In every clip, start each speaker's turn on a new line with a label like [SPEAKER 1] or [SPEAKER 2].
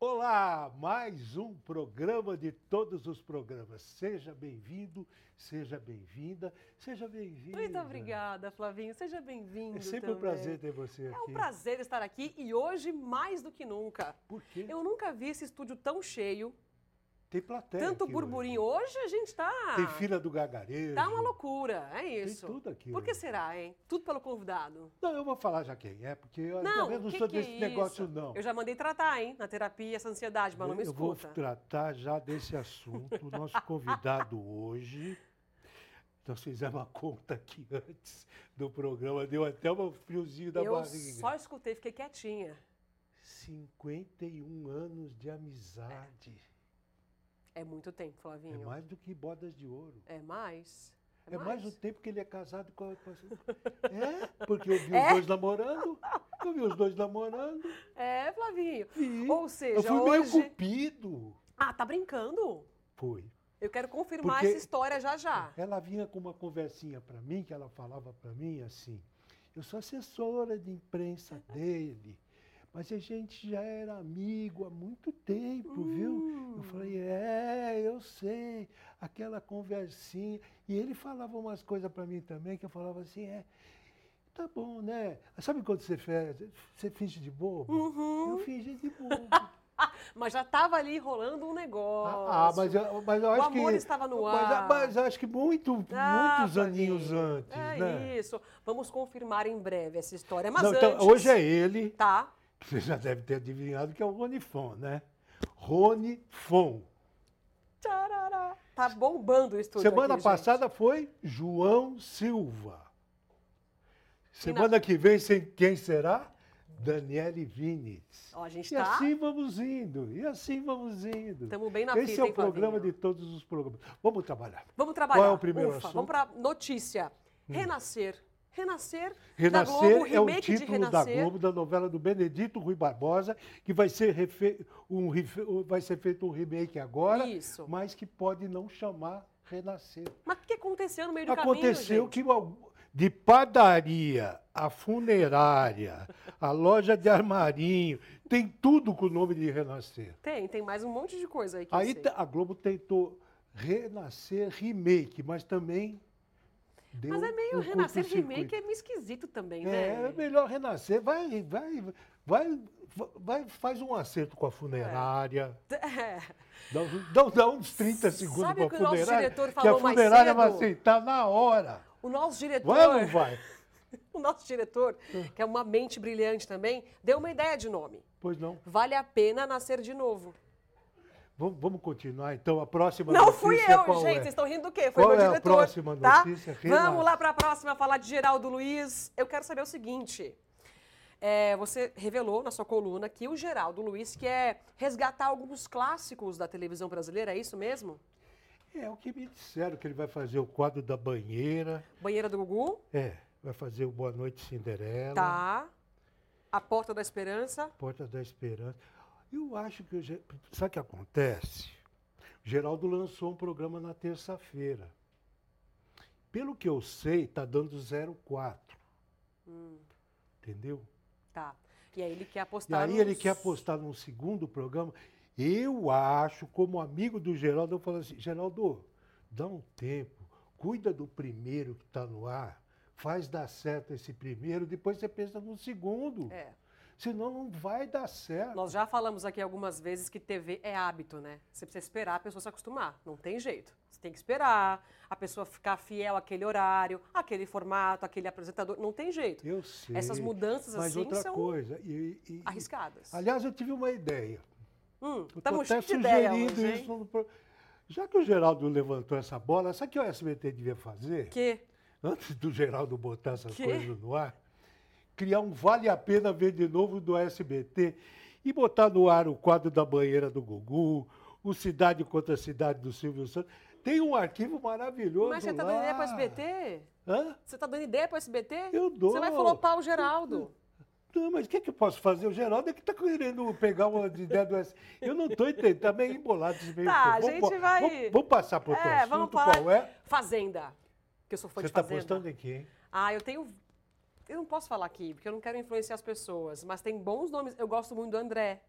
[SPEAKER 1] Olá, mais um programa de todos os programas. Seja bem-vindo, seja bem-vinda, seja bem-vinda.
[SPEAKER 2] Muito obrigada, Flavinho. Seja bem-vindo.
[SPEAKER 1] É sempre um
[SPEAKER 2] também.
[SPEAKER 1] prazer ter você aqui.
[SPEAKER 2] É um prazer estar aqui e hoje mais do que nunca.
[SPEAKER 1] Por quê?
[SPEAKER 2] Eu nunca vi esse estúdio tão cheio,
[SPEAKER 1] Tem plateia.
[SPEAKER 2] tanto
[SPEAKER 1] aqui
[SPEAKER 2] burburinho. Hoje a gente tá.
[SPEAKER 1] hoje. Tem fila do gagarejo.
[SPEAKER 2] Tá uma loucura, é isso.
[SPEAKER 1] tudo aqui
[SPEAKER 2] Por que
[SPEAKER 1] hoje.
[SPEAKER 2] será, hein? Tudo pelo convidado.
[SPEAKER 1] Não, eu vou falar já quem é, porque eu
[SPEAKER 2] Não,
[SPEAKER 1] também não
[SPEAKER 2] que
[SPEAKER 1] sou
[SPEAKER 2] que é
[SPEAKER 1] desse negócio,
[SPEAKER 2] isso?
[SPEAKER 1] não.
[SPEAKER 2] Eu já mandei tratar, hein? Na terapia, essa ansiedade, mas não me
[SPEAKER 1] eu vou
[SPEAKER 2] escuta.
[SPEAKER 1] tratar já desse assunto. O nosso convidado hoje. Nós fizemos a conta aqui antes do programa, deu até um friozinho da
[SPEAKER 2] eu
[SPEAKER 1] barriga.
[SPEAKER 2] só escutei, fiquei quietinha.
[SPEAKER 1] 51 anos de amizade.
[SPEAKER 2] É muito tempo,
[SPEAKER 1] É
[SPEAKER 2] Flavinho.
[SPEAKER 1] mais do que bodas de ouro.
[SPEAKER 2] É mais.
[SPEAKER 1] É mais o tempo que ele é casado com a. com a- É, porque eu vi os
[SPEAKER 2] É?
[SPEAKER 1] dois namorando. Eu vi os dois namorando.
[SPEAKER 2] É, Flavinho.
[SPEAKER 1] Vi.
[SPEAKER 2] Ou
[SPEAKER 1] Eu
[SPEAKER 2] seja,
[SPEAKER 1] fui meio
[SPEAKER 2] hoje.
[SPEAKER 1] cupido.
[SPEAKER 2] Ah, tá brincando?
[SPEAKER 1] Foi.
[SPEAKER 2] Eu quero confirmar
[SPEAKER 1] Porque-
[SPEAKER 2] essa história já já.
[SPEAKER 1] Ela vinha com uma conversinha para mim, que ela falava para mim assim: eu sou assessora de imprensa dele, mas a gente já era amigo há muito tempo, Tipo,
[SPEAKER 2] Hum.
[SPEAKER 1] viu? Eu falei: é, eu sei, aquela conversinha. E ele falava umas coisas para mim também, que eu falava assim: é. Tá bom, né? Sabe quando você fez, você finge de bobo? Eu fingi de bobo.
[SPEAKER 2] Ah, Uhum. mas já tava ali rolando um negócio.
[SPEAKER 1] Ah, ah, mas eu, mas eu
[SPEAKER 2] O
[SPEAKER 1] acho que.
[SPEAKER 2] amor estava no
[SPEAKER 1] mas- ah,
[SPEAKER 2] ar.
[SPEAKER 1] Mas, eu acho que muito,
[SPEAKER 2] Ah,
[SPEAKER 1] muitos
[SPEAKER 2] Flavinho.
[SPEAKER 1] aninhos antes,
[SPEAKER 2] É
[SPEAKER 1] né?
[SPEAKER 2] isso. Vamos confirmar em breve essa história. Mas
[SPEAKER 1] Não,
[SPEAKER 2] antes...
[SPEAKER 1] então, hoje é ele,
[SPEAKER 2] Tá.
[SPEAKER 1] que você já deve ter adivinhado, que é o Rony Fon, né? Rony Fon.
[SPEAKER 2] Tcharará. Tá bombando o estúdio
[SPEAKER 1] Semana
[SPEAKER 2] aqui, gente.
[SPEAKER 1] passada foi João Silva. Semana que vem, sem- quem será? Daniele Vinitz.
[SPEAKER 2] Ó, a gente
[SPEAKER 1] E
[SPEAKER 2] tá-
[SPEAKER 1] assim vamos indo, e assim vamos indo.
[SPEAKER 2] Tamo bem na
[SPEAKER 1] Esse
[SPEAKER 2] fita,
[SPEAKER 1] é o
[SPEAKER 2] hein,
[SPEAKER 1] programa
[SPEAKER 2] Flavinho?
[SPEAKER 1] de todos os programas. Vamos trabalhar.
[SPEAKER 2] Vamos trabalhar.
[SPEAKER 1] Qual é o primeiro
[SPEAKER 2] Ufa,
[SPEAKER 1] assunto? Hum.
[SPEAKER 2] Vamos pra notícia. Renascer. Renascer, da Globo,
[SPEAKER 1] Renascer é o
[SPEAKER 2] remake de
[SPEAKER 1] título da
[SPEAKER 2] Renascer.
[SPEAKER 1] Globo da novela do Benedito Rui Barbosa, que vai ser, refe- um refe- vai ser feito um remake agora,
[SPEAKER 2] Isso.
[SPEAKER 1] mas que pode não chamar Renascer.
[SPEAKER 2] Mas o que aconteceu no meio do
[SPEAKER 1] Aconteceu
[SPEAKER 2] caminho, gente?
[SPEAKER 1] que o- de padaria, a funerária, a loja de armarinho, tem tudo com o nome de Renascer.
[SPEAKER 2] Tem, tem mais um monte de coisa aí que eu
[SPEAKER 1] Aí tá,
[SPEAKER 2] sei.
[SPEAKER 1] ta- a Globo tentou Renascer remake, mas também deu
[SPEAKER 2] Mas é meio
[SPEAKER 1] um
[SPEAKER 2] Renascer
[SPEAKER 1] curto-circuito.
[SPEAKER 2] remake, é meio esquisito também,
[SPEAKER 1] É,
[SPEAKER 2] né?
[SPEAKER 1] é melhor renascer. Vai, vai, vai, vai, faz um acerto com a funerária.
[SPEAKER 2] É.
[SPEAKER 1] Dá, um- dá, um- dá uns 30 segundos
[SPEAKER 2] Sabe
[SPEAKER 1] com a
[SPEAKER 2] o que o nosso
[SPEAKER 1] funerária.
[SPEAKER 2] diretor
[SPEAKER 1] que a
[SPEAKER 2] falou mais
[SPEAKER 1] funerária vai
[SPEAKER 2] cedo? Então é.
[SPEAKER 1] aceitar na hora.
[SPEAKER 2] O nosso diretor,
[SPEAKER 1] Vai ou não vai?
[SPEAKER 2] o nosso diretor, que é uma mente brilhante também, deu uma ideia de nome.
[SPEAKER 1] Pois não.
[SPEAKER 2] Vale a pena nascer de novo.
[SPEAKER 1] Vamos, vamos continuar então. A próxima
[SPEAKER 2] Não
[SPEAKER 1] notícia
[SPEAKER 2] fui eu,
[SPEAKER 1] qual
[SPEAKER 2] gente.
[SPEAKER 1] é?
[SPEAKER 2] Vocês estão rindo do quê? Foi
[SPEAKER 1] Qual
[SPEAKER 2] meu
[SPEAKER 1] é a
[SPEAKER 2] diretor.
[SPEAKER 1] próxima
[SPEAKER 2] tá?
[SPEAKER 1] notícia, Renata?
[SPEAKER 2] Vamos lá para a próxima, falar de Geraldo Luiz. Eu quero saber o seguinte. É, você revelou na sua coluna que o Geraldo Luiz quer resgatar alguns clássicos da televisão brasileira, é isso mesmo?
[SPEAKER 1] É o que me disseram, que ele vai fazer o quadro da banheira.
[SPEAKER 2] Banheira do Gugu,
[SPEAKER 1] É, vai fazer o Boa Noite Cinderela.
[SPEAKER 2] tá. A Porta da Esperança,
[SPEAKER 1] Porta da Esperança. Eu acho que. o Ge- Sabe o que acontece? O Geraldo lançou um programa na terça-feira. Pelo que eu sei, está dando 04.
[SPEAKER 2] Hum.
[SPEAKER 1] Entendeu?
[SPEAKER 2] tá. E aí ele quer
[SPEAKER 1] E
[SPEAKER 2] apostar
[SPEAKER 1] aí ele
[SPEAKER 2] nos-
[SPEAKER 1] quer apostar num segundo programa. Eu acho, como amigo do Geraldo, eu falo assim, Geraldo, dá um tempo, cuida do primeiro que está no ar, faz dar certo esse primeiro, depois você pensa no segundo.
[SPEAKER 2] É.
[SPEAKER 1] Senão não vai dar certo.
[SPEAKER 2] Nós já falamos aqui algumas vezes que TV é hábito, né? Você precisa esperar a pessoa se acostumar. Não tem jeito. Você tem que esperar a pessoa ficar fiel àquele horário, àquele formato, àquele apresentador. Não tem jeito.
[SPEAKER 1] Eu sei.
[SPEAKER 2] Essas mudanças
[SPEAKER 1] mas
[SPEAKER 2] assim
[SPEAKER 1] outra
[SPEAKER 2] são
[SPEAKER 1] coisa. E, e- e-
[SPEAKER 2] arriscadas.
[SPEAKER 1] aliás, eu tive uma ideia.
[SPEAKER 2] Hum,
[SPEAKER 1] Eu
[SPEAKER 2] tamo
[SPEAKER 1] tô até
[SPEAKER 2] cheio de ideia
[SPEAKER 1] sugerindo
[SPEAKER 2] hoje, hein?
[SPEAKER 1] isso. No... pro- Já que o Geraldo levantou essa bola, sabe o que o SBT devia fazer?
[SPEAKER 2] Que
[SPEAKER 1] Antes do Geraldo botar essas
[SPEAKER 2] Que?
[SPEAKER 1] coisas no ar, criar um Vale a Pena Ver de Novo do SBT e botar no ar o quadro da banheira do Gugu, o Cidade contra Cidade do Silvio Santos. Tem um arquivo maravilhoso
[SPEAKER 2] Mas você tá
[SPEAKER 1] lá.
[SPEAKER 2] dando ideia pro SBT?
[SPEAKER 1] Hã?
[SPEAKER 2] Você tá dando ideia pro SBT?
[SPEAKER 1] Eu dou.
[SPEAKER 2] Você vai flopar o Geraldo.
[SPEAKER 1] Não, mas o que, é que eu posso fazer? O Geraldo é que está querendo pegar uma de ideia do S. Eu não estou entendendo, está meio embolado esse meio
[SPEAKER 2] Tá, a
[SPEAKER 1] tempo.
[SPEAKER 2] gente
[SPEAKER 1] Vamos,
[SPEAKER 2] vai-
[SPEAKER 1] Vamos, vamos passar para outro
[SPEAKER 2] é,
[SPEAKER 1] assunto,
[SPEAKER 2] vamos falar.
[SPEAKER 1] qual é?
[SPEAKER 2] Fazenda. Que eu sou fã
[SPEAKER 1] Você tá
[SPEAKER 2] de
[SPEAKER 1] está
[SPEAKER 2] Fazenda.
[SPEAKER 1] postando aqui, hein?
[SPEAKER 2] Ah, eu tenho. Eu não posso falar aqui, porque eu não quero influenciar as pessoas, mas tem bons nomes. Eu gosto muito do André.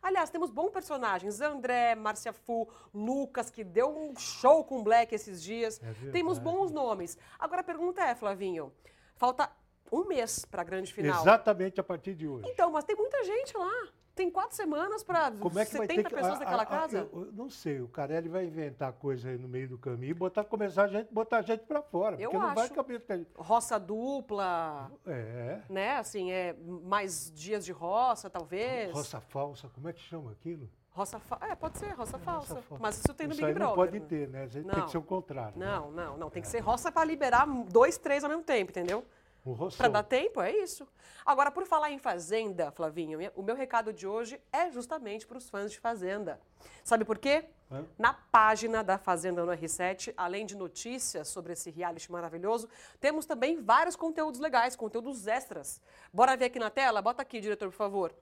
[SPEAKER 2] Aliás, temos bons personagens. André, Márcia Fu, Lucas, que deu um show com o Black esses dias.
[SPEAKER 1] É
[SPEAKER 2] temos
[SPEAKER 1] verdade.
[SPEAKER 2] bons nomes. Agora a pergunta é, Flavinho, falta um mês para a grande final.
[SPEAKER 1] Exatamente a partir de hoje.
[SPEAKER 2] Então, mas tem muita gente lá. Tem quatro semanas para
[SPEAKER 1] Como é que vai ter
[SPEAKER 2] 70
[SPEAKER 1] que-
[SPEAKER 2] pessoas
[SPEAKER 1] a-
[SPEAKER 2] daquela
[SPEAKER 1] a- a-
[SPEAKER 2] casa?
[SPEAKER 1] eu, eu não sei, o Carelli vai inventar coisa aí no meio do caminho e botar, começar a gente, botar a gente para fora.
[SPEAKER 2] Eu
[SPEAKER 1] porque não vai
[SPEAKER 2] acho.
[SPEAKER 1] caber.
[SPEAKER 2] Roça dupla,
[SPEAKER 1] É.
[SPEAKER 2] né? Assim, é mais dias de roça, talvez.
[SPEAKER 1] Roça falsa, como é que chama aquilo?
[SPEAKER 2] Roça fa- É, pode ser, roça falsa.
[SPEAKER 1] falsa.
[SPEAKER 2] Mas isso tem no
[SPEAKER 1] Isso
[SPEAKER 2] Big
[SPEAKER 1] aí
[SPEAKER 2] Brother.
[SPEAKER 1] não pode
[SPEAKER 2] né?
[SPEAKER 1] ter, né? A gente tem
[SPEAKER 2] Não.
[SPEAKER 1] que ser o contrário. né?
[SPEAKER 2] Não, não, não. Tem que ser roça para liberar dois, três ao mesmo tempo, entendeu?
[SPEAKER 1] O
[SPEAKER 2] Para
[SPEAKER 1] roçou.
[SPEAKER 2] dar tempo, é isso. Agora, por falar em Fazenda, Flavinho, minha- o meu recado de hoje é justamente para os fãs de Fazenda. Sabe por quê?
[SPEAKER 1] Hã?
[SPEAKER 2] Na página da Fazenda no R7, além de notícias sobre esse reality maravilhoso, temos também vários conteúdos legais, conteúdos extras. Bora ver aqui na tela? Bota aqui, diretor, por favor.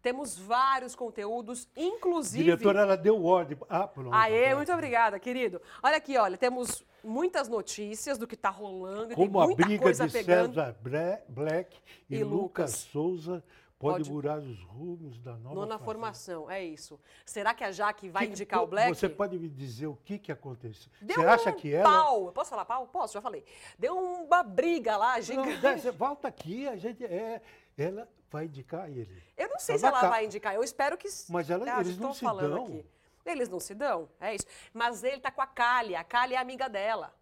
[SPEAKER 2] Temos vários conteúdos, inclusive.
[SPEAKER 1] Diretora, ela deu ordem. Ah, pronto.
[SPEAKER 2] Aê, muito obrigada, querido. Olha aqui, olha, temos muitas notícias do que está rolando, e tem
[SPEAKER 1] Como a
[SPEAKER 2] muita
[SPEAKER 1] briga
[SPEAKER 2] coisa
[SPEAKER 1] de
[SPEAKER 2] pegando.
[SPEAKER 1] César Bre- Black e,
[SPEAKER 2] E Lucas.
[SPEAKER 1] Lucas Souza pode,
[SPEAKER 2] Pode-
[SPEAKER 1] mudar os rumos da nova
[SPEAKER 2] Nona
[SPEAKER 1] fase.
[SPEAKER 2] formação, é isso. Será que a Jaque vai
[SPEAKER 1] Que-
[SPEAKER 2] indicar o
[SPEAKER 1] pô,
[SPEAKER 2] Black?
[SPEAKER 1] Você pode me dizer o que, que aconteceu?
[SPEAKER 2] Deu
[SPEAKER 1] você acha
[SPEAKER 2] um
[SPEAKER 1] que ela...
[SPEAKER 2] pau. Eu posso falar pau? Posso, já falei. Deu uma briga lá,
[SPEAKER 1] Não,
[SPEAKER 2] gigante.
[SPEAKER 1] dá- você volta aqui, a gente... É, ela vai indicar ele.
[SPEAKER 2] Eu não sei
[SPEAKER 1] Mas
[SPEAKER 2] se ela
[SPEAKER 1] tá-
[SPEAKER 2] vai indicar, eu espero que s-
[SPEAKER 1] Mas ela-
[SPEAKER 2] Ah, já
[SPEAKER 1] eles não
[SPEAKER 2] tô
[SPEAKER 1] se
[SPEAKER 2] falando
[SPEAKER 1] dão.
[SPEAKER 2] aqui. Eles não se dão, é isso. Mas ele tá com a Kali, a Kali é amiga dela.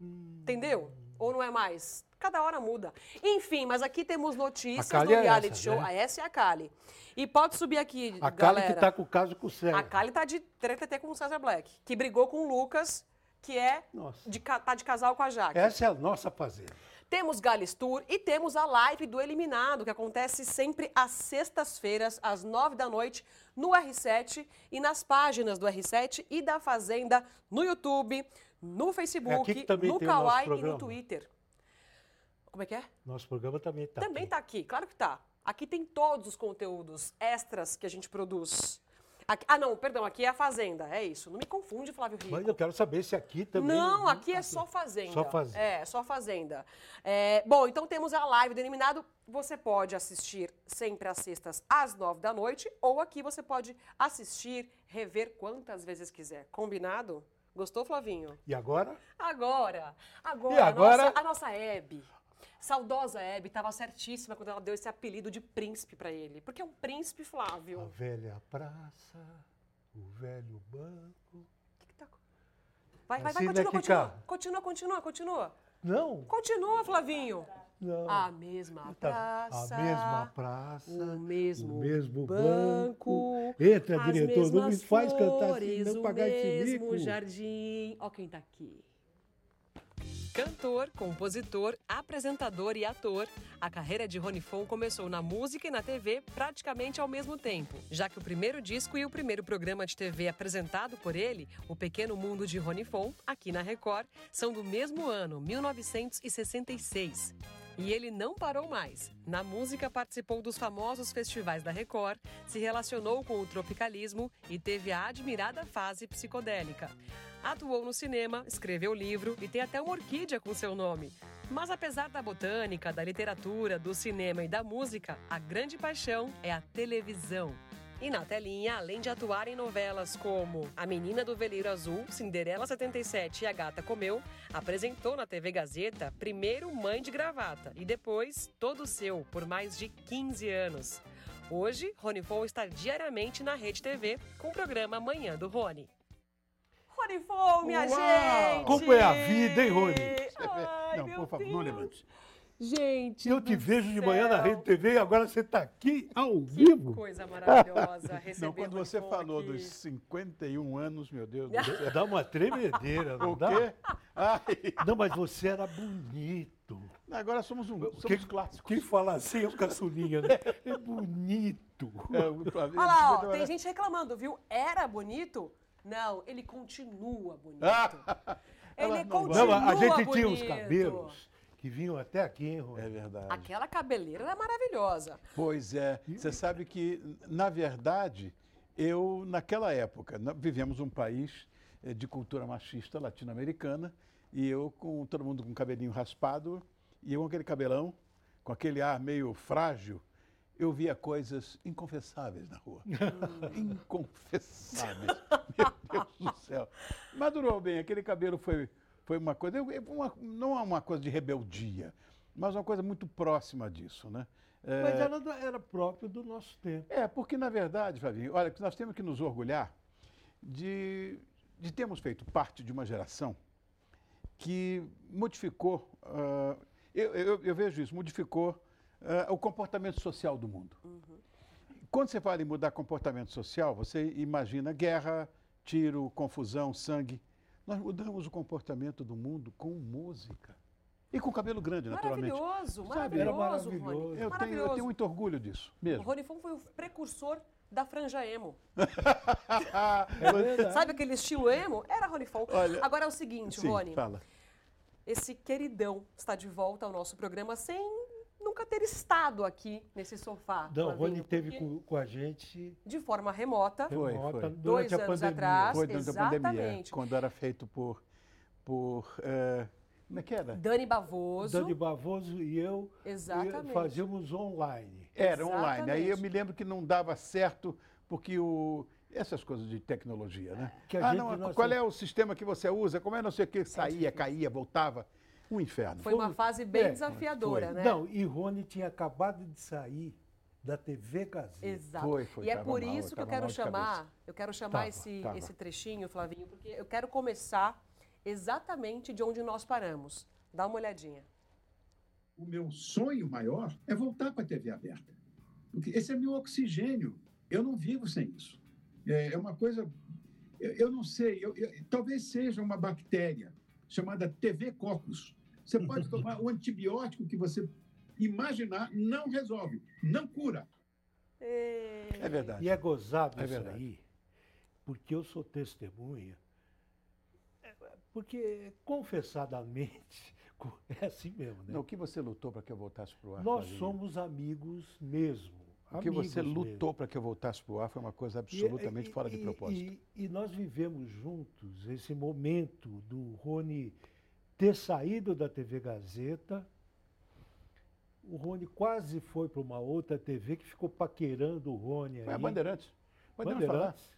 [SPEAKER 1] Hum.
[SPEAKER 2] Entendeu? Ou não é mais? Cada hora muda. Enfim, mas aqui temos notícias
[SPEAKER 1] A Kali
[SPEAKER 2] do
[SPEAKER 1] é
[SPEAKER 2] reality
[SPEAKER 1] essa,
[SPEAKER 2] show.
[SPEAKER 1] né?
[SPEAKER 2] Ah, Essa é a Kali. E pode subir aqui,
[SPEAKER 1] A Kali
[SPEAKER 2] galera.
[SPEAKER 1] que tá com o caso com o César.
[SPEAKER 2] A Kali tá de treta com o César Black, que brigou com o Lucas, que é
[SPEAKER 1] Nossa.
[SPEAKER 2] de, ca- tá de casal com a Jaque.
[SPEAKER 1] Essa é a nossa fazenda.
[SPEAKER 2] Temos Gales Tour e temos a live do Eliminado, que acontece sempre às sextas-feiras, às nove da noite, no R7 e nas páginas do R7 e da Fazenda, no YouTube, no Facebook,
[SPEAKER 1] É, aqui que também
[SPEAKER 2] no
[SPEAKER 1] tem o nosso
[SPEAKER 2] Kawaii e no
[SPEAKER 1] programa.
[SPEAKER 2] Twitter. Como é que é?
[SPEAKER 1] Nosso programa também tá
[SPEAKER 2] Também
[SPEAKER 1] aqui.
[SPEAKER 2] tá aqui, claro que tá. Aqui tem todos os conteúdos extras que a gente produz. Aqui- ah, não, perdão, aqui é a Fazenda, é isso. Não me confunde, Flávio Rico.
[SPEAKER 1] Mas eu quero saber se aqui também... né? tá
[SPEAKER 2] Não, aqui é só fazenda.
[SPEAKER 1] Só fazenda.
[SPEAKER 2] É, só fazenda. É, bom, então temos a live do Eliminado. Você pode assistir sempre às sextas às nove da noite, ou aqui você pode assistir, rever quantas vezes quiser. Combinado? Gostou, Flavinho?
[SPEAKER 1] E agora?
[SPEAKER 2] Agora, agora,
[SPEAKER 1] E agora?
[SPEAKER 2] A, nossa, a nossa Hebe. Saudosa Hebe estava certíssima quando ela deu esse apelido de príncipe pra ele. Porque é um príncipe, Flávio.
[SPEAKER 1] A velha praça, o velho banco.
[SPEAKER 2] O que que tá... co- Vai, vai, vai,
[SPEAKER 1] Assim, né,
[SPEAKER 2] continua, continua,
[SPEAKER 1] Kika?
[SPEAKER 2] continua, continua, continua.
[SPEAKER 1] Não,
[SPEAKER 2] Continua, Flavinho.
[SPEAKER 1] não.
[SPEAKER 2] Ah, A mesma
[SPEAKER 1] Tá-
[SPEAKER 2] praça.
[SPEAKER 1] Então, A mesma praça,
[SPEAKER 2] O mesmo,
[SPEAKER 1] o mesmo
[SPEAKER 2] banco.
[SPEAKER 1] banco. Entra,
[SPEAKER 2] as
[SPEAKER 1] diretor, não me
[SPEAKER 2] mesmas
[SPEAKER 1] faz cantar assim,
[SPEAKER 2] flores,
[SPEAKER 1] não pagar
[SPEAKER 2] o
[SPEAKER 1] esse
[SPEAKER 2] mesmo
[SPEAKER 1] mico.
[SPEAKER 2] jardim. Ó quem tá aqui. Cantor, compositor, apresentador e ator, a carreira de Rony Fon começou na música e na TV praticamente ao mesmo tempo, já que o primeiro disco e o primeiro programa de TV apresentado por ele, O Pequeno Mundo de Rony Fon, aqui na Record, são do mesmo ano, 1966. E ele não parou mais. Na música, participou dos famosos festivais da Record, se relacionou com o tropicalismo e teve a admirada fase psicodélica. Atuou no cinema, escreveu livro e tem até uma orquídea com seu nome. Mas apesar da botânica, da literatura, do cinema e da música, a grande paixão é a televisão. E na telinha, além de atuar em novelas como A Menina do Veleiro Azul, Cinderela 77 e A Gata Comeu, apresentou na TV Gazeta primeiro Mãe de Gravata e depois Todo Seu, por mais de 15 anos. Hoje, Rony Fon está diariamente na Rede TV com o programa Manhã do Rony. Rony Fon, minha
[SPEAKER 1] Uau!
[SPEAKER 2] gente!
[SPEAKER 1] Como é a vida, hein, Rony?
[SPEAKER 2] Ai,
[SPEAKER 1] Não,
[SPEAKER 2] meu
[SPEAKER 1] por favor,
[SPEAKER 2] Deus.
[SPEAKER 1] não levante.
[SPEAKER 2] Gente,
[SPEAKER 1] Eu te
[SPEAKER 2] do
[SPEAKER 1] vejo de manhã na
[SPEAKER 2] céu.
[SPEAKER 1] Rede TV e agora você está aqui ao
[SPEAKER 2] Que
[SPEAKER 1] vivo.
[SPEAKER 2] coisa maravilhosa receber
[SPEAKER 3] Não, quando
[SPEAKER 2] Rony
[SPEAKER 3] você
[SPEAKER 2] Fon
[SPEAKER 3] falou
[SPEAKER 2] aqui.
[SPEAKER 3] dos 51 anos, meu Deus do céu.
[SPEAKER 1] Dá uma tremedeira, não
[SPEAKER 3] O
[SPEAKER 1] dá?
[SPEAKER 3] quê? Ai,
[SPEAKER 1] Não, mas você era bonito.
[SPEAKER 3] agora somos um somos
[SPEAKER 1] Quem-
[SPEAKER 3] clássicos.
[SPEAKER 1] Quem fala assim é o caçulinha, né? É bonito.
[SPEAKER 3] É, o- é pra-
[SPEAKER 2] Olha lá, ó,
[SPEAKER 3] eu
[SPEAKER 2] tem
[SPEAKER 3] era-
[SPEAKER 2] gente reclamando, viu? Era bonito? Não, ele continua bonito.
[SPEAKER 3] Ah,
[SPEAKER 2] ele
[SPEAKER 3] ela não vai.
[SPEAKER 2] continua
[SPEAKER 1] Não, a a gente
[SPEAKER 2] bonito.
[SPEAKER 1] tinha uns cabelos que vinham até aqui, hein, Rony?
[SPEAKER 3] É verdade.
[SPEAKER 2] Aquela cabeleira era maravilhosa.
[SPEAKER 3] Pois é, você sabe que, na verdade, eu, naquela época, na- vivemos um país eh, de cultura machista latino-americana, e eu com todo mundo com cabelinho raspado, e eu com aquele cabelão, com aquele ar meio frágil, eu via coisas inconfessáveis na rua. inconfessáveis. Meu Deus do céu. Mas durou bem, aquele cabelo foi, foi uma coisa, eu- eu- uma- não é uma coisa de rebeldia, mas uma coisa muito próxima disso, né? É,
[SPEAKER 1] Mas era, da- era próprio do nosso tempo.
[SPEAKER 3] é, porque na verdade, Flavinho, olha, nós temos que nos orgulhar de, de termos feito parte de uma geração que modificou, ah, eu, eu- eu vejo isso, modificou ah, o comportamento social do mundo.
[SPEAKER 2] Uhum.
[SPEAKER 3] Quando você fala em mudar comportamento social, você imagina guerra, tiro, confusão, sangue. Nós mudamos o comportamento do mundo com música. E com cabelo grande, naturalmente.
[SPEAKER 2] Maravilhoso,
[SPEAKER 3] Sabe, era
[SPEAKER 2] maravilhoso,
[SPEAKER 1] maravilhoso.
[SPEAKER 2] Rony.
[SPEAKER 3] Eu tenho, eu
[SPEAKER 2] maravilhoso.
[SPEAKER 3] tenho um muito orgulho disso,
[SPEAKER 2] O
[SPEAKER 3] mesmo.
[SPEAKER 2] Rony Fon foi o precursor da franja emo.
[SPEAKER 3] Ah,
[SPEAKER 1] É verdade.
[SPEAKER 2] Sabe aquele estilo emo? Era Rony Fon.
[SPEAKER 3] Olha-
[SPEAKER 2] Agora é o seguinte,
[SPEAKER 3] Sim,
[SPEAKER 2] Rony.
[SPEAKER 3] fala.
[SPEAKER 2] Esse queridão está de volta ao nosso programa sem nunca ter estado aqui nesse sofá.
[SPEAKER 1] Não, o
[SPEAKER 2] Flavinho,
[SPEAKER 1] Rony teve
[SPEAKER 2] porque
[SPEAKER 1] com, com a gente
[SPEAKER 2] De forma remota.
[SPEAKER 3] Foi,
[SPEAKER 1] remota
[SPEAKER 3] foi.
[SPEAKER 1] durante
[SPEAKER 2] Dois
[SPEAKER 1] a
[SPEAKER 2] anos
[SPEAKER 1] pandemia.
[SPEAKER 2] atrás.
[SPEAKER 3] Foi durante a pandemia,
[SPEAKER 2] Exatamente.
[SPEAKER 3] quando era feito por. por eh, como é que era?
[SPEAKER 2] Dani Bavoso.
[SPEAKER 1] Dani Bavoso e eu
[SPEAKER 2] Exatamente.
[SPEAKER 1] e- fazíamos online.
[SPEAKER 3] Era online. Aí eu
[SPEAKER 2] Exatamente.
[SPEAKER 3] me lembro que não dava certo, porque o. Essas coisas de tecnologia, né?
[SPEAKER 1] Que a
[SPEAKER 3] ah,
[SPEAKER 1] gente
[SPEAKER 3] não,
[SPEAKER 1] não
[SPEAKER 3] qual
[SPEAKER 1] aceita.
[SPEAKER 3] é o sistema que você usa? Como é não sei o que? Saía, caía, voltava. Um inferno.
[SPEAKER 2] Foi uma fase bem
[SPEAKER 3] É,
[SPEAKER 2] desafiadora,
[SPEAKER 3] foi.
[SPEAKER 2] né?
[SPEAKER 1] Não, e Rony tinha acabado de sair da TV Gazeta.
[SPEAKER 2] Exato.
[SPEAKER 3] Foi, foi,
[SPEAKER 2] e é
[SPEAKER 3] tava
[SPEAKER 2] por
[SPEAKER 3] mal,
[SPEAKER 2] isso que eu
[SPEAKER 3] tava
[SPEAKER 2] quero
[SPEAKER 3] mal de
[SPEAKER 2] chamar,
[SPEAKER 3] cabeça.
[SPEAKER 2] eu quero chamar
[SPEAKER 1] Tava,
[SPEAKER 2] esse,
[SPEAKER 3] tava.
[SPEAKER 2] esse trechinho, Flavinho, porque eu quero começar exatamente de onde nós paramos. Dá uma olhadinha.
[SPEAKER 4] o meu sonho maior é voltar para a TV aberta. Porque esse é meu oxigênio. Eu não vivo sem isso. É, é uma coisa. Eu, eu não sei. eu- eu- talvez seja uma bactéria chamada TV Cocos. Você pode tomar o antibiótico que você imaginar, não resolve, não cura.
[SPEAKER 3] É verdade.
[SPEAKER 1] E é gozado
[SPEAKER 3] É
[SPEAKER 1] isso
[SPEAKER 3] verdade.
[SPEAKER 1] aí, porque eu sou testemunha. É, Porque, confessadamente, co- é assim mesmo, né?
[SPEAKER 3] Não, o que você lutou para que eu voltasse para o ar?
[SPEAKER 1] Nós
[SPEAKER 3] Flavinho?
[SPEAKER 1] somos amigos mesmo.
[SPEAKER 3] O que você
[SPEAKER 1] amigos mesmo.
[SPEAKER 3] lutou para que eu voltasse para o ar foi uma coisa absolutamente
[SPEAKER 1] E-
[SPEAKER 3] fora de
[SPEAKER 1] e-
[SPEAKER 3] propósito.
[SPEAKER 1] E, e nós vivemos juntos esse momento do Rony ter saído da TV Gazeta. O Rony quase foi para uma outra TV que ficou paquerando o Rony aí.
[SPEAKER 3] Mas Bandeirantes. Bandeirantes falar.
[SPEAKER 1] Bandeirantes,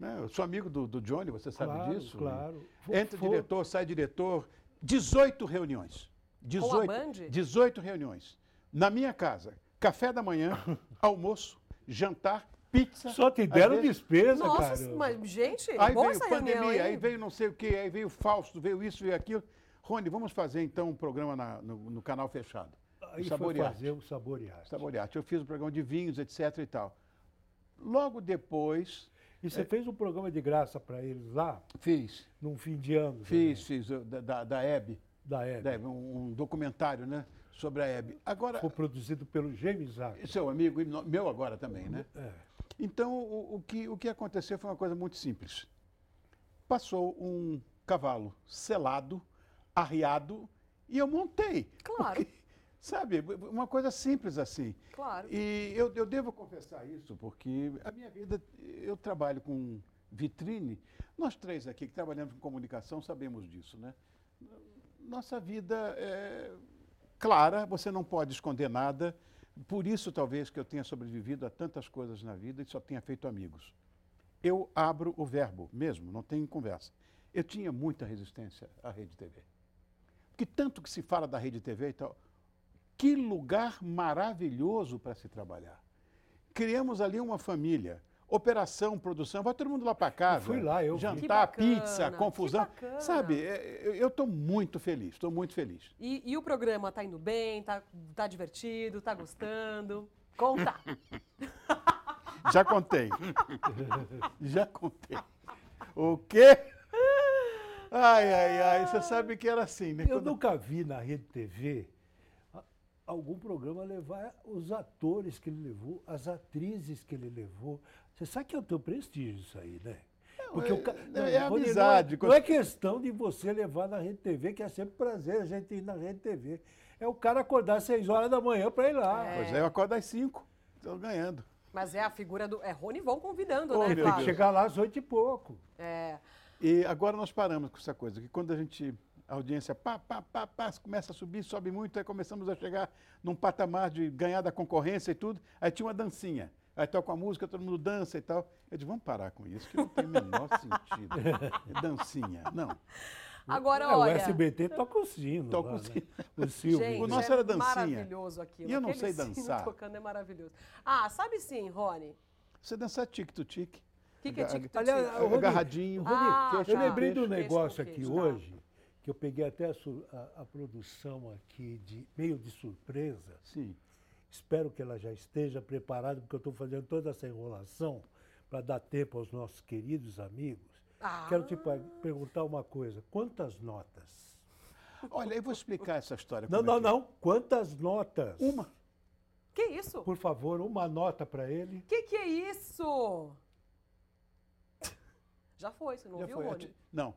[SPEAKER 3] Né? Eu sou amigo do, do Johnny, você sabe
[SPEAKER 1] claro,
[SPEAKER 3] disso? né?
[SPEAKER 1] Claro. Fo-
[SPEAKER 3] Entra
[SPEAKER 1] foi-
[SPEAKER 3] diretor, sai diretor. 18 reuniões. 18,
[SPEAKER 2] Band?
[SPEAKER 3] 18 reuniões. Na minha casa. Café da manhã, almoço, jantar, pizza.
[SPEAKER 1] Só te
[SPEAKER 3] às
[SPEAKER 1] deram
[SPEAKER 3] vezes-
[SPEAKER 1] despesa,
[SPEAKER 2] Nossa,
[SPEAKER 1] cara.
[SPEAKER 2] mas, gente,
[SPEAKER 3] Aí
[SPEAKER 2] boa
[SPEAKER 3] veio
[SPEAKER 2] essa
[SPEAKER 3] pandemia,
[SPEAKER 2] reunião, hein?
[SPEAKER 3] aí veio não sei o quê, aí veio Fausto, veio isso, veio aquilo. Rony, vamos fazer então um programa na- no, no canal fechado.
[SPEAKER 1] Aí foi
[SPEAKER 3] saborear.
[SPEAKER 1] fazer o saborear.
[SPEAKER 3] Saboreate. Eu fiz um programa de vinhos, etc e tal. Logo depois,
[SPEAKER 1] E
[SPEAKER 3] É.
[SPEAKER 1] você fez um programa de graça para eles lá,
[SPEAKER 3] fiz,
[SPEAKER 1] num fim de ano. né,
[SPEAKER 3] fiz, fiz, eu, da, da, da Hebe,
[SPEAKER 1] Da época.
[SPEAKER 3] da Hebe, um, um documentário, né, sobre a Hebe. Agora,
[SPEAKER 1] Foi produzido pelo James Acker.
[SPEAKER 3] seu amigo, e no- meu agora também, né?
[SPEAKER 1] É.
[SPEAKER 3] Então, o, o que, o que aconteceu foi uma coisa muito simples. Passou um cavalo selado, arriado, e eu montei.
[SPEAKER 2] Claro.
[SPEAKER 3] Porque, sabe, uma coisa simples assim.
[SPEAKER 2] Claro.
[SPEAKER 3] E eu, eu devo confessar isso, porque a minha vida, eu trabalho com vitrine. Nós três aqui que trabalhamos com comunicação sabemos disso, né? Nossa vida é clara, você não pode esconder nada. Por isso, talvez, que eu tenha sobrevivido a tantas coisas na vida e só tenha feito amigos. Eu abro o verbo mesmo, não tem conversa. Eu tinha muita resistência à Rede TV. Porque tanto que se fala da Rede TV e tal, que lugar maravilhoso para se trabalhar. Criamos ali uma família. Operação, produção, vai todo mundo lá para casa.
[SPEAKER 1] fui lá, eu vi.
[SPEAKER 3] Jantar,
[SPEAKER 2] Que bacana,
[SPEAKER 3] pizza,
[SPEAKER 2] que
[SPEAKER 3] confusão.
[SPEAKER 2] bacana.
[SPEAKER 3] Sabe, é, eu estou muito feliz, estou muito feliz.
[SPEAKER 2] E, e o programa tá indo bem, tá, tá divertido, tá gostando. Conta!
[SPEAKER 3] Já contei. Já contei. O quê? Ai, ai, ai. Você sabe que era assim, né?
[SPEAKER 1] Eu
[SPEAKER 3] Quando-
[SPEAKER 1] nunca vi na Rede TV a- algum programa levar os atores que ele levou, as atrizes que ele levou. Você sabe que é o teu prestígio isso aí, né? Porque
[SPEAKER 3] é-
[SPEAKER 1] o ca-
[SPEAKER 3] é
[SPEAKER 1] não,
[SPEAKER 3] a
[SPEAKER 1] Rony, não
[SPEAKER 3] amizade.
[SPEAKER 1] Não é, questão de você levar na Rede TV, que é sempre prazer a gente ir na Rede TV. É o cara acordar às seis horas da manhã para ir lá.
[SPEAKER 3] Pois é, eu acordo às cinco. Estou ganhando.
[SPEAKER 2] Mas é a figura do. É Rony Von convidando, né,
[SPEAKER 3] Ô, meu
[SPEAKER 1] Tem que
[SPEAKER 2] Flávio?
[SPEAKER 1] chegar lá às oito e pouco.
[SPEAKER 2] É.
[SPEAKER 3] E agora nós paramos com essa coisa, que quando a gente A audiência pá, pá, pá, pá, começa a subir, sobe muito, aí começamos a chegar num patamar de ganhar da concorrência e tudo. Aí tinha uma dancinha. Aí toca uma música, todo mundo dança e tal. Eu disse, vamos parar com isso, que não tem o menor sentido. É dancinha, não.
[SPEAKER 2] Agora,
[SPEAKER 1] É,
[SPEAKER 2] olha.
[SPEAKER 1] O SBT toca o sino.
[SPEAKER 3] Toca
[SPEAKER 1] lá,
[SPEAKER 3] o
[SPEAKER 1] né?
[SPEAKER 3] sino.
[SPEAKER 1] O Silvio.
[SPEAKER 2] Gente,
[SPEAKER 3] O nosso
[SPEAKER 2] é
[SPEAKER 3] era dancinha.
[SPEAKER 2] maravilhoso aquilo.
[SPEAKER 3] E eu não
[SPEAKER 2] Aquele
[SPEAKER 3] sei
[SPEAKER 2] sino
[SPEAKER 3] dançar.
[SPEAKER 2] tocando é maravilhoso. Ah, sabe sim, Rony.
[SPEAKER 3] Você dançar tique-tu-tique.
[SPEAKER 2] O que, que é tic-tic?
[SPEAKER 1] Aliás,
[SPEAKER 2] Tic?
[SPEAKER 1] o Rony-
[SPEAKER 3] Agarradinho.
[SPEAKER 1] Rony,
[SPEAKER 2] Ah,
[SPEAKER 1] eu
[SPEAKER 2] tá.
[SPEAKER 1] lembrei do
[SPEAKER 2] Queixo com
[SPEAKER 1] negócio aqui
[SPEAKER 2] queixo, tá.
[SPEAKER 1] hoje, que eu peguei até a, sur- a- a produção aqui, de, meio de surpresa.
[SPEAKER 3] Sim.
[SPEAKER 1] Espero que ela já esteja preparada, porque eu estou fazendo toda essa enrolação para dar tempo aos nossos queridos amigos.
[SPEAKER 2] Ah.
[SPEAKER 1] Quero te pa- perguntar uma coisa. Quantas notas?
[SPEAKER 3] Olha, eu vou explicar essa história.
[SPEAKER 1] Não,
[SPEAKER 3] como é
[SPEAKER 1] não,
[SPEAKER 3] que é.
[SPEAKER 1] não. Quantas notas? Uma.
[SPEAKER 2] Que isso?
[SPEAKER 1] Por favor, uma nota para ele.
[SPEAKER 2] Que que é isso? Já foi, você não
[SPEAKER 3] é.
[SPEAKER 2] ouviu,
[SPEAKER 3] Já foi,
[SPEAKER 2] Rony?
[SPEAKER 3] ati- Não.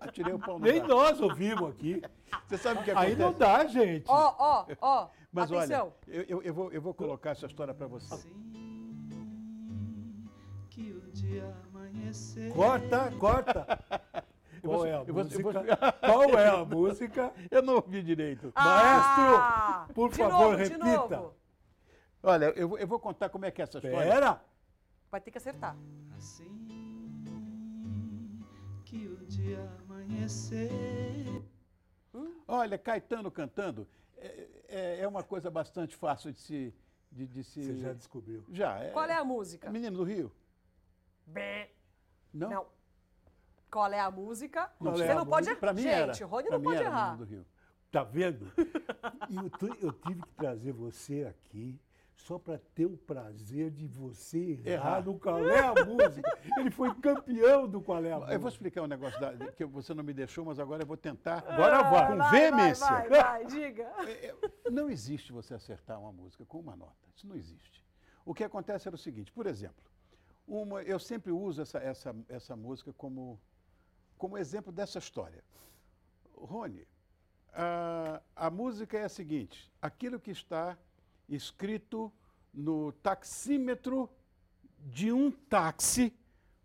[SPEAKER 3] Atirei o pau no
[SPEAKER 1] Nem
[SPEAKER 3] gato.
[SPEAKER 1] nós ouvimos aqui.
[SPEAKER 3] Você sabe o que é acontece?
[SPEAKER 1] Aí não dá, gente.
[SPEAKER 2] Ó, ó, ó.
[SPEAKER 3] Mas
[SPEAKER 2] Atenção.
[SPEAKER 3] olha, eu, eu- eu vou, eu vou colocar essa história para você.
[SPEAKER 5] que o dia amanheceu.
[SPEAKER 1] Corta, corta. Qual
[SPEAKER 3] vou-
[SPEAKER 1] é a
[SPEAKER 3] eu vou- eu vou-
[SPEAKER 1] música? Qual é a música?
[SPEAKER 3] Eu não ouvi direito.
[SPEAKER 2] Ah!
[SPEAKER 1] Maestro, por
[SPEAKER 2] de
[SPEAKER 1] favor,
[SPEAKER 2] novo, De
[SPEAKER 1] repita.
[SPEAKER 2] novo.
[SPEAKER 3] Olha, eu, vou- eu vou contar como é que é essa história.
[SPEAKER 1] Pera.
[SPEAKER 2] Vai ter que acertar.
[SPEAKER 5] Assim que o dia amanhecer.
[SPEAKER 3] Olha, Caetano cantando é, é- é uma coisa bastante fácil de se... De, de se...
[SPEAKER 1] Você já descobriu.
[SPEAKER 3] Já, é...
[SPEAKER 2] Qual é a música?
[SPEAKER 3] Menino do Rio?
[SPEAKER 2] Bé.
[SPEAKER 3] Não?
[SPEAKER 2] Não. Qual é a música?
[SPEAKER 3] Qual
[SPEAKER 2] você
[SPEAKER 3] é a
[SPEAKER 2] não pode
[SPEAKER 3] música? Pra
[SPEAKER 2] errar.
[SPEAKER 3] mim
[SPEAKER 2] Gente,
[SPEAKER 3] era.
[SPEAKER 2] o Rony
[SPEAKER 3] Pra
[SPEAKER 2] não
[SPEAKER 3] mim
[SPEAKER 2] pode
[SPEAKER 3] era
[SPEAKER 2] errar.
[SPEAKER 3] Menino do Rio.
[SPEAKER 1] Tá vendo? E Eu, tu- eu tive que trazer você aqui só para ter o prazer de você errar
[SPEAKER 3] Errar.
[SPEAKER 1] no qual é a música. Ele foi campeão do qual é a música.
[SPEAKER 3] Eu vou explicar um negócio da- que você não me deixou, mas agora eu vou tentar.
[SPEAKER 1] Agora vai.
[SPEAKER 3] Com
[SPEAKER 2] Ah, Vai,
[SPEAKER 3] veemência.
[SPEAKER 2] Vai, vai, vai, diga.
[SPEAKER 3] É, é, Não existe você acertar uma música com uma nota. Isso não existe. O que acontece era o seguinte, por exemplo, uma, eu sempre uso essa, essa, essa música como, como exemplo dessa história. Rony, a, a música é a seguinte: aquilo que está escrito no taxímetro de um táxi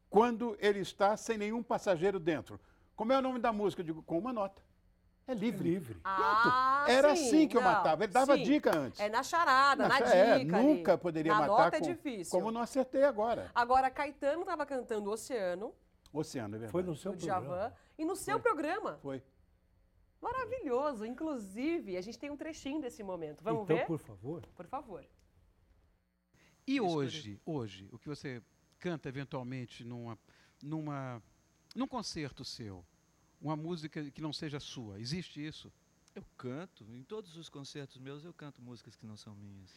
[SPEAKER 3] quando ele está sem nenhum passageiro dentro. Como é o nome da música? Eu digo, com uma nota. É livre.
[SPEAKER 1] livre.
[SPEAKER 3] Pronto.
[SPEAKER 2] Ah,
[SPEAKER 3] Era
[SPEAKER 2] sim,
[SPEAKER 3] assim que eu
[SPEAKER 2] não,
[SPEAKER 3] matava. Ele dava
[SPEAKER 2] sim.
[SPEAKER 3] dica antes.
[SPEAKER 2] É na charada, na,
[SPEAKER 3] Não,
[SPEAKER 2] dica.
[SPEAKER 3] é,
[SPEAKER 2] ali.
[SPEAKER 3] nunca poderia
[SPEAKER 2] na
[SPEAKER 3] matar.
[SPEAKER 2] nota é
[SPEAKER 3] com-
[SPEAKER 2] difícil.
[SPEAKER 3] Como não acertei agora.
[SPEAKER 2] Agora, Caetano estava cantando Oceano,
[SPEAKER 3] Oceano, é verdade.
[SPEAKER 1] Foi no seu
[SPEAKER 2] do Djavan,
[SPEAKER 1] programa.
[SPEAKER 2] e no seu programa.
[SPEAKER 3] Foi.
[SPEAKER 2] Maravilhoso. Inclusive, a gente tem um trechinho desse momento. Vamos
[SPEAKER 1] então,
[SPEAKER 2] ver?
[SPEAKER 1] por favor.
[SPEAKER 2] Por favor.
[SPEAKER 5] E hoje, hoje, o que você canta eventualmente numa, numa, num concerto seu, uma música que não seja sua, existe isso,
[SPEAKER 6] Eu canto, em todos os concertos meus eu canto músicas que não são minhas.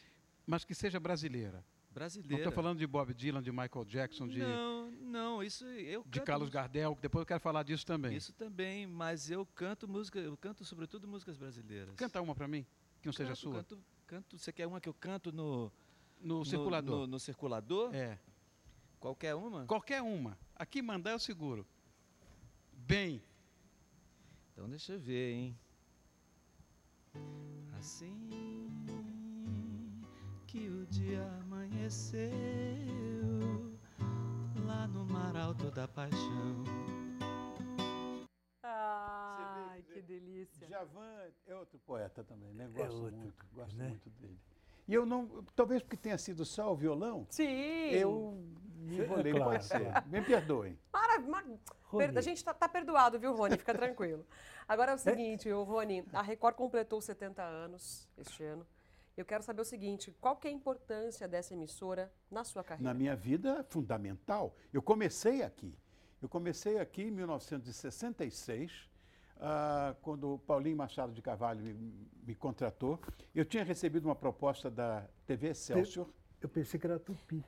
[SPEAKER 5] mas que seja brasileira. Não
[SPEAKER 6] Brasileira.
[SPEAKER 5] estou falando de Bob Dylan, de Michael Jackson, de,
[SPEAKER 6] Não, não, isso eu
[SPEAKER 5] de
[SPEAKER 6] canto
[SPEAKER 2] um
[SPEAKER 5] Carlos
[SPEAKER 6] música-
[SPEAKER 5] Gardel, que depois eu quero falar disso também.
[SPEAKER 6] Isso também, mas eu canto música, eu canto sobretudo músicas brasileiras.
[SPEAKER 5] Canta uma para mim, que não seja
[SPEAKER 6] Canto,
[SPEAKER 5] sua,
[SPEAKER 6] Canto, canto, você quer uma que eu canto no
[SPEAKER 5] no,
[SPEAKER 6] no-
[SPEAKER 5] circulador.
[SPEAKER 6] No, no circulador?
[SPEAKER 5] É,
[SPEAKER 6] Qualquer uma?
[SPEAKER 5] qualquer uma. Aqui mandar eu seguro. Bem,
[SPEAKER 6] Então deixa eu ver, hein. Assim que o dia amanheceu lá no mar alto da paixão.
[SPEAKER 2] Ai,
[SPEAKER 3] Você
[SPEAKER 2] que
[SPEAKER 3] vê-
[SPEAKER 2] delícia.
[SPEAKER 3] Javan é outro poeta também, né? Gosto
[SPEAKER 1] É outro,
[SPEAKER 3] muito, gosto
[SPEAKER 1] né?
[SPEAKER 3] muito dele. E eu não, talvez porque tenha sido só o violão,
[SPEAKER 2] Sim.
[SPEAKER 3] eu me enrolei,
[SPEAKER 1] claro,
[SPEAKER 3] pode ser.
[SPEAKER 1] claro.
[SPEAKER 3] Me perdoem.
[SPEAKER 2] Mara- ma-
[SPEAKER 1] Rony.
[SPEAKER 2] per- A gente tá, tá perdoado, viu, Rony? Fica tranquilo. Agora é o seguinte, o Rony, a Record completou 70 anos este ano. Eu quero saber o seguinte, qual que é a importância dessa emissora na sua carreira?
[SPEAKER 3] Na minha vida, fundamental. Eu comecei aqui. Eu comecei aqui em 1966, ah, quando o Paulinho Machado de Carvalho me, me contratou. Eu tinha recebido uma proposta da TV Excelsior.
[SPEAKER 1] Eu pensei que era tupi.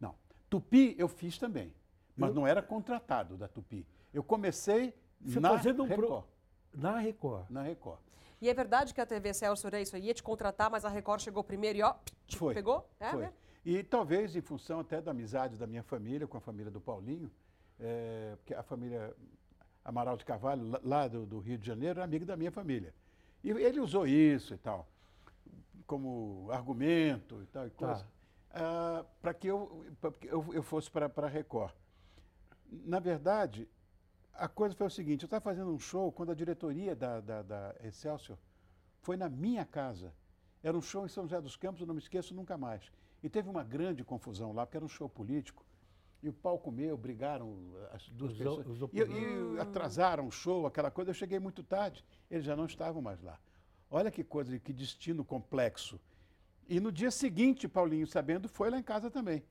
[SPEAKER 3] Não. Tupi eu fiz também, mas
[SPEAKER 1] Eu-
[SPEAKER 3] não era contratado da Tupi. Eu comecei
[SPEAKER 1] Você
[SPEAKER 3] na
[SPEAKER 1] fazendo um pro-
[SPEAKER 3] Record.
[SPEAKER 1] Na Record.
[SPEAKER 3] Na Record.
[SPEAKER 2] E é verdade que a TV Celso é isso aí, ia te contratar, mas a Record chegou primeiro e ó,
[SPEAKER 3] Foi.
[SPEAKER 2] pegou? É,
[SPEAKER 3] foi.
[SPEAKER 2] né?
[SPEAKER 3] E talvez em função até da amizade da minha família com a família do Paulinho, eh, porque a família Amaral de Carvalho, lá- lá do, do Rio de Janeiro, era amiga da minha família. E ele usou isso e tal, como argumento e tal e
[SPEAKER 1] Tá.
[SPEAKER 3] coisa, ah, para que eu, pra que eu, eu fosse para a Record. Na verdade, a coisa foi o seguinte: eu estava fazendo um show quando a diretoria da, da, da Excelsior foi na minha casa. Era um show em São José dos Campos, eu não me esqueço nunca mais. E teve uma grande confusão lá, porque era um show político. E o palco meu, brigaram as duas
[SPEAKER 1] Os o-
[SPEAKER 3] pessoas.
[SPEAKER 1] os
[SPEAKER 3] e, e atrasaram o show, aquela coisa. Eu cheguei muito tarde, eles já não estavam mais lá. Olha que coisa, que destino complexo. E no dia seguinte, Paulinho, sabendo, foi lá em casa também.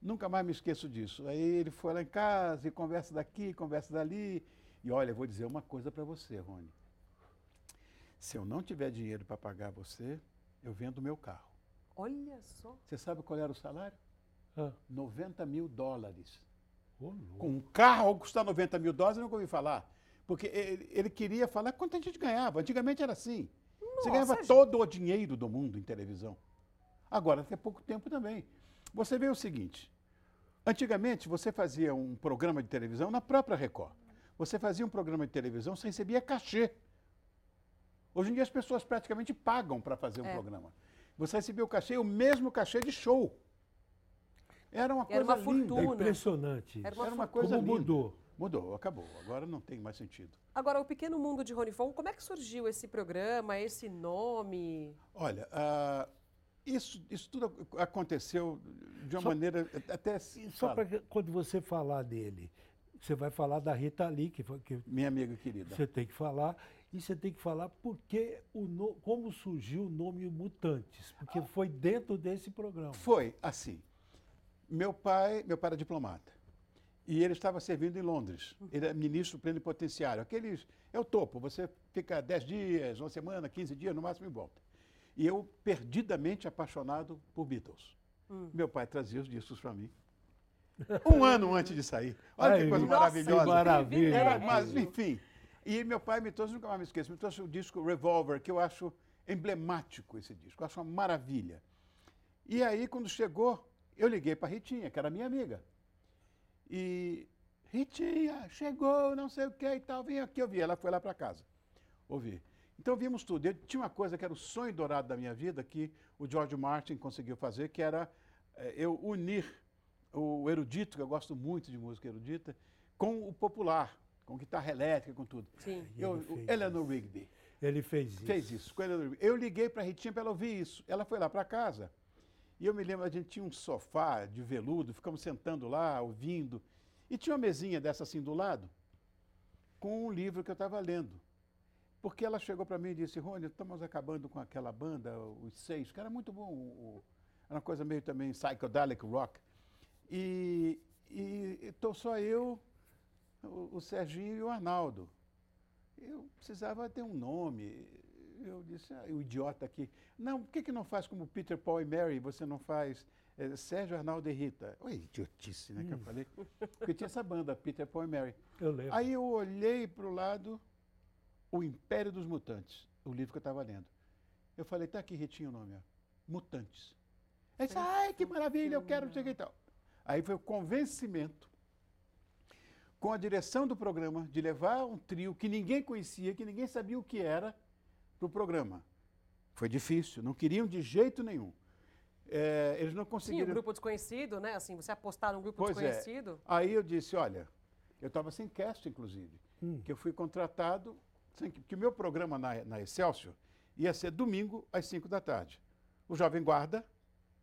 [SPEAKER 3] Nunca mais me esqueço disso. Aí ele foi lá em casa e conversa daqui, conversa dali. E olha, eu vou dizer uma coisa para você, Rony. Se eu não tiver dinheiro para pagar você, eu vendo o meu carro.
[SPEAKER 2] Olha só.
[SPEAKER 3] Você sabe qual era o salário?
[SPEAKER 1] Ah.
[SPEAKER 3] 90 mil dólares.
[SPEAKER 1] Ô, louco.
[SPEAKER 3] Com um carro custar 90 mil dólares, eu nunca ouvi falar. Porque ele, ele queria falar quanto a gente ganhava. Antigamente era assim. você ganhava
[SPEAKER 2] gente.
[SPEAKER 3] todo o dinheiro do mundo em televisão. Agora, tem pouco tempo também. Você vê o seguinte: antigamente você fazia um programa de televisão na própria Record. Você fazia um programa de televisão, você recebia cachê. Hoje em dia as pessoas praticamente pagam para fazer
[SPEAKER 2] É.
[SPEAKER 3] um programa. Você recebia o cachê, o mesmo cachê de show. Era uma
[SPEAKER 2] Era
[SPEAKER 3] coisa
[SPEAKER 2] uma
[SPEAKER 3] linda.
[SPEAKER 1] É
[SPEAKER 2] fortuna.
[SPEAKER 1] impressionante.
[SPEAKER 2] Era
[SPEAKER 1] isso.
[SPEAKER 2] uma
[SPEAKER 3] Era uma
[SPEAKER 2] fortuna.
[SPEAKER 3] coisa
[SPEAKER 1] Como
[SPEAKER 3] linda.
[SPEAKER 1] mudou.
[SPEAKER 3] Mudou, acabou. Agora não tem mais sentido.
[SPEAKER 2] Agora, o Pequeno Mundo de Ronivon, como é que surgiu esse programa, esse nome?
[SPEAKER 3] Olha, ah, isso, isso tudo ac- aconteceu de uma
[SPEAKER 1] Só-
[SPEAKER 3] maneira a- até.
[SPEAKER 1] E Só
[SPEAKER 3] fala,
[SPEAKER 1] para quando você falar dele, você vai falar da Rita Lee, que, foi- que
[SPEAKER 3] Minha amiga querida.
[SPEAKER 1] você tem que falar, e você tem que falar porque o no- como surgiu o nome Mutantes, porque
[SPEAKER 3] Ah.
[SPEAKER 1] foi dentro desse programa.
[SPEAKER 3] Foi assim. Meu pai, meu pai era diplomata. E ele estava servindo em Londres. Ele é ministro plenipotenciário. Aqueles. É o topo. Você fica 10 dias, uma semana, 15 dias, no máximo e volta. E eu, perdidamente apaixonado por Beatles. Meu pai trazia os discos para mim. Um ano antes de sair. Olha que
[SPEAKER 1] Aí,
[SPEAKER 3] coisa
[SPEAKER 1] nossa,
[SPEAKER 3] maravilhosa.
[SPEAKER 1] que maravilha.
[SPEAKER 3] Era, mas, enfim. E meu pai me trouxe, nunca mais me esqueço, me trouxe o disco Revolver, que eu acho emblemático esse disco. Eu acho uma maravilha. E aí, quando chegou, eu liguei para Ritinha, que era minha amiga. E Ritinha, chegou, não sei o que e tal, vem aqui ouvir. Ela foi lá para casa ouvir. Então vimos tudo. Eu tinha uma coisa que era o sonho dourado da minha vida, que o George Martin conseguiu fazer, que era eh, eu unir o erudito, que eu gosto muito de música erudita, com o popular, com guitarra elétrica, com tudo.
[SPEAKER 2] Sim.
[SPEAKER 1] E
[SPEAKER 3] Eu,
[SPEAKER 1] ele
[SPEAKER 3] o
[SPEAKER 1] fez
[SPEAKER 3] Eleanor Rigby
[SPEAKER 1] Ele fez isso.
[SPEAKER 3] fez isso. com Eleanor Rigby. Eu liguei para a Ritinha para ela ouvir isso. Ela foi lá para casa e eu me lembro, a gente tinha um sofá de veludo, ficamos sentando lá, ouvindo. E tinha uma mesinha dessa assim do lado, com um livro que eu estava lendo. Porque ela chegou para mim e disse, Rony, estamos acabando com aquela banda, os seis, que era muito bom, o- o- era uma coisa meio também psychedelic rock. E estou só eu, o, o Serginho e o Arnaldo. Eu precisava ter um nome. Eu disse, ah, o idiota aqui. Não, por que, que não faz como Peter, Paul e Mary? Você não faz eh, Sérgio, Arnaldo e Rita? Oi, idiotice, né, que eu falei. Porque tinha essa banda, Peter, Paul e Mary.
[SPEAKER 1] Eu lembro.
[SPEAKER 3] Aí eu olhei para o lado, O Império dos Mutantes, o livro que eu estava lendo. Eu falei, tá aqui, Ritinho, o nome, ó. Mutantes. Aí disse, ai, que maravilha, eu quero, não sei o que e tal. Aí foi o convencimento com a direção do programa de levar um trio que ninguém conhecia, que ninguém sabia o que era, para o programa. Foi difícil, não queriam de jeito nenhum. Eh, eles não
[SPEAKER 2] Sim, o
[SPEAKER 3] conseguiram.
[SPEAKER 2] grupo desconhecido, né? Assim, você apostar num grupo
[SPEAKER 3] Pois é.
[SPEAKER 2] desconhecido.
[SPEAKER 3] Aí eu disse, olha, eu estava sem cast, inclusive, que eu fui contratado, sem que, que o meu programa na, na Excelsior ia ser domingo às 5 da tarde. O Jovem Guarda,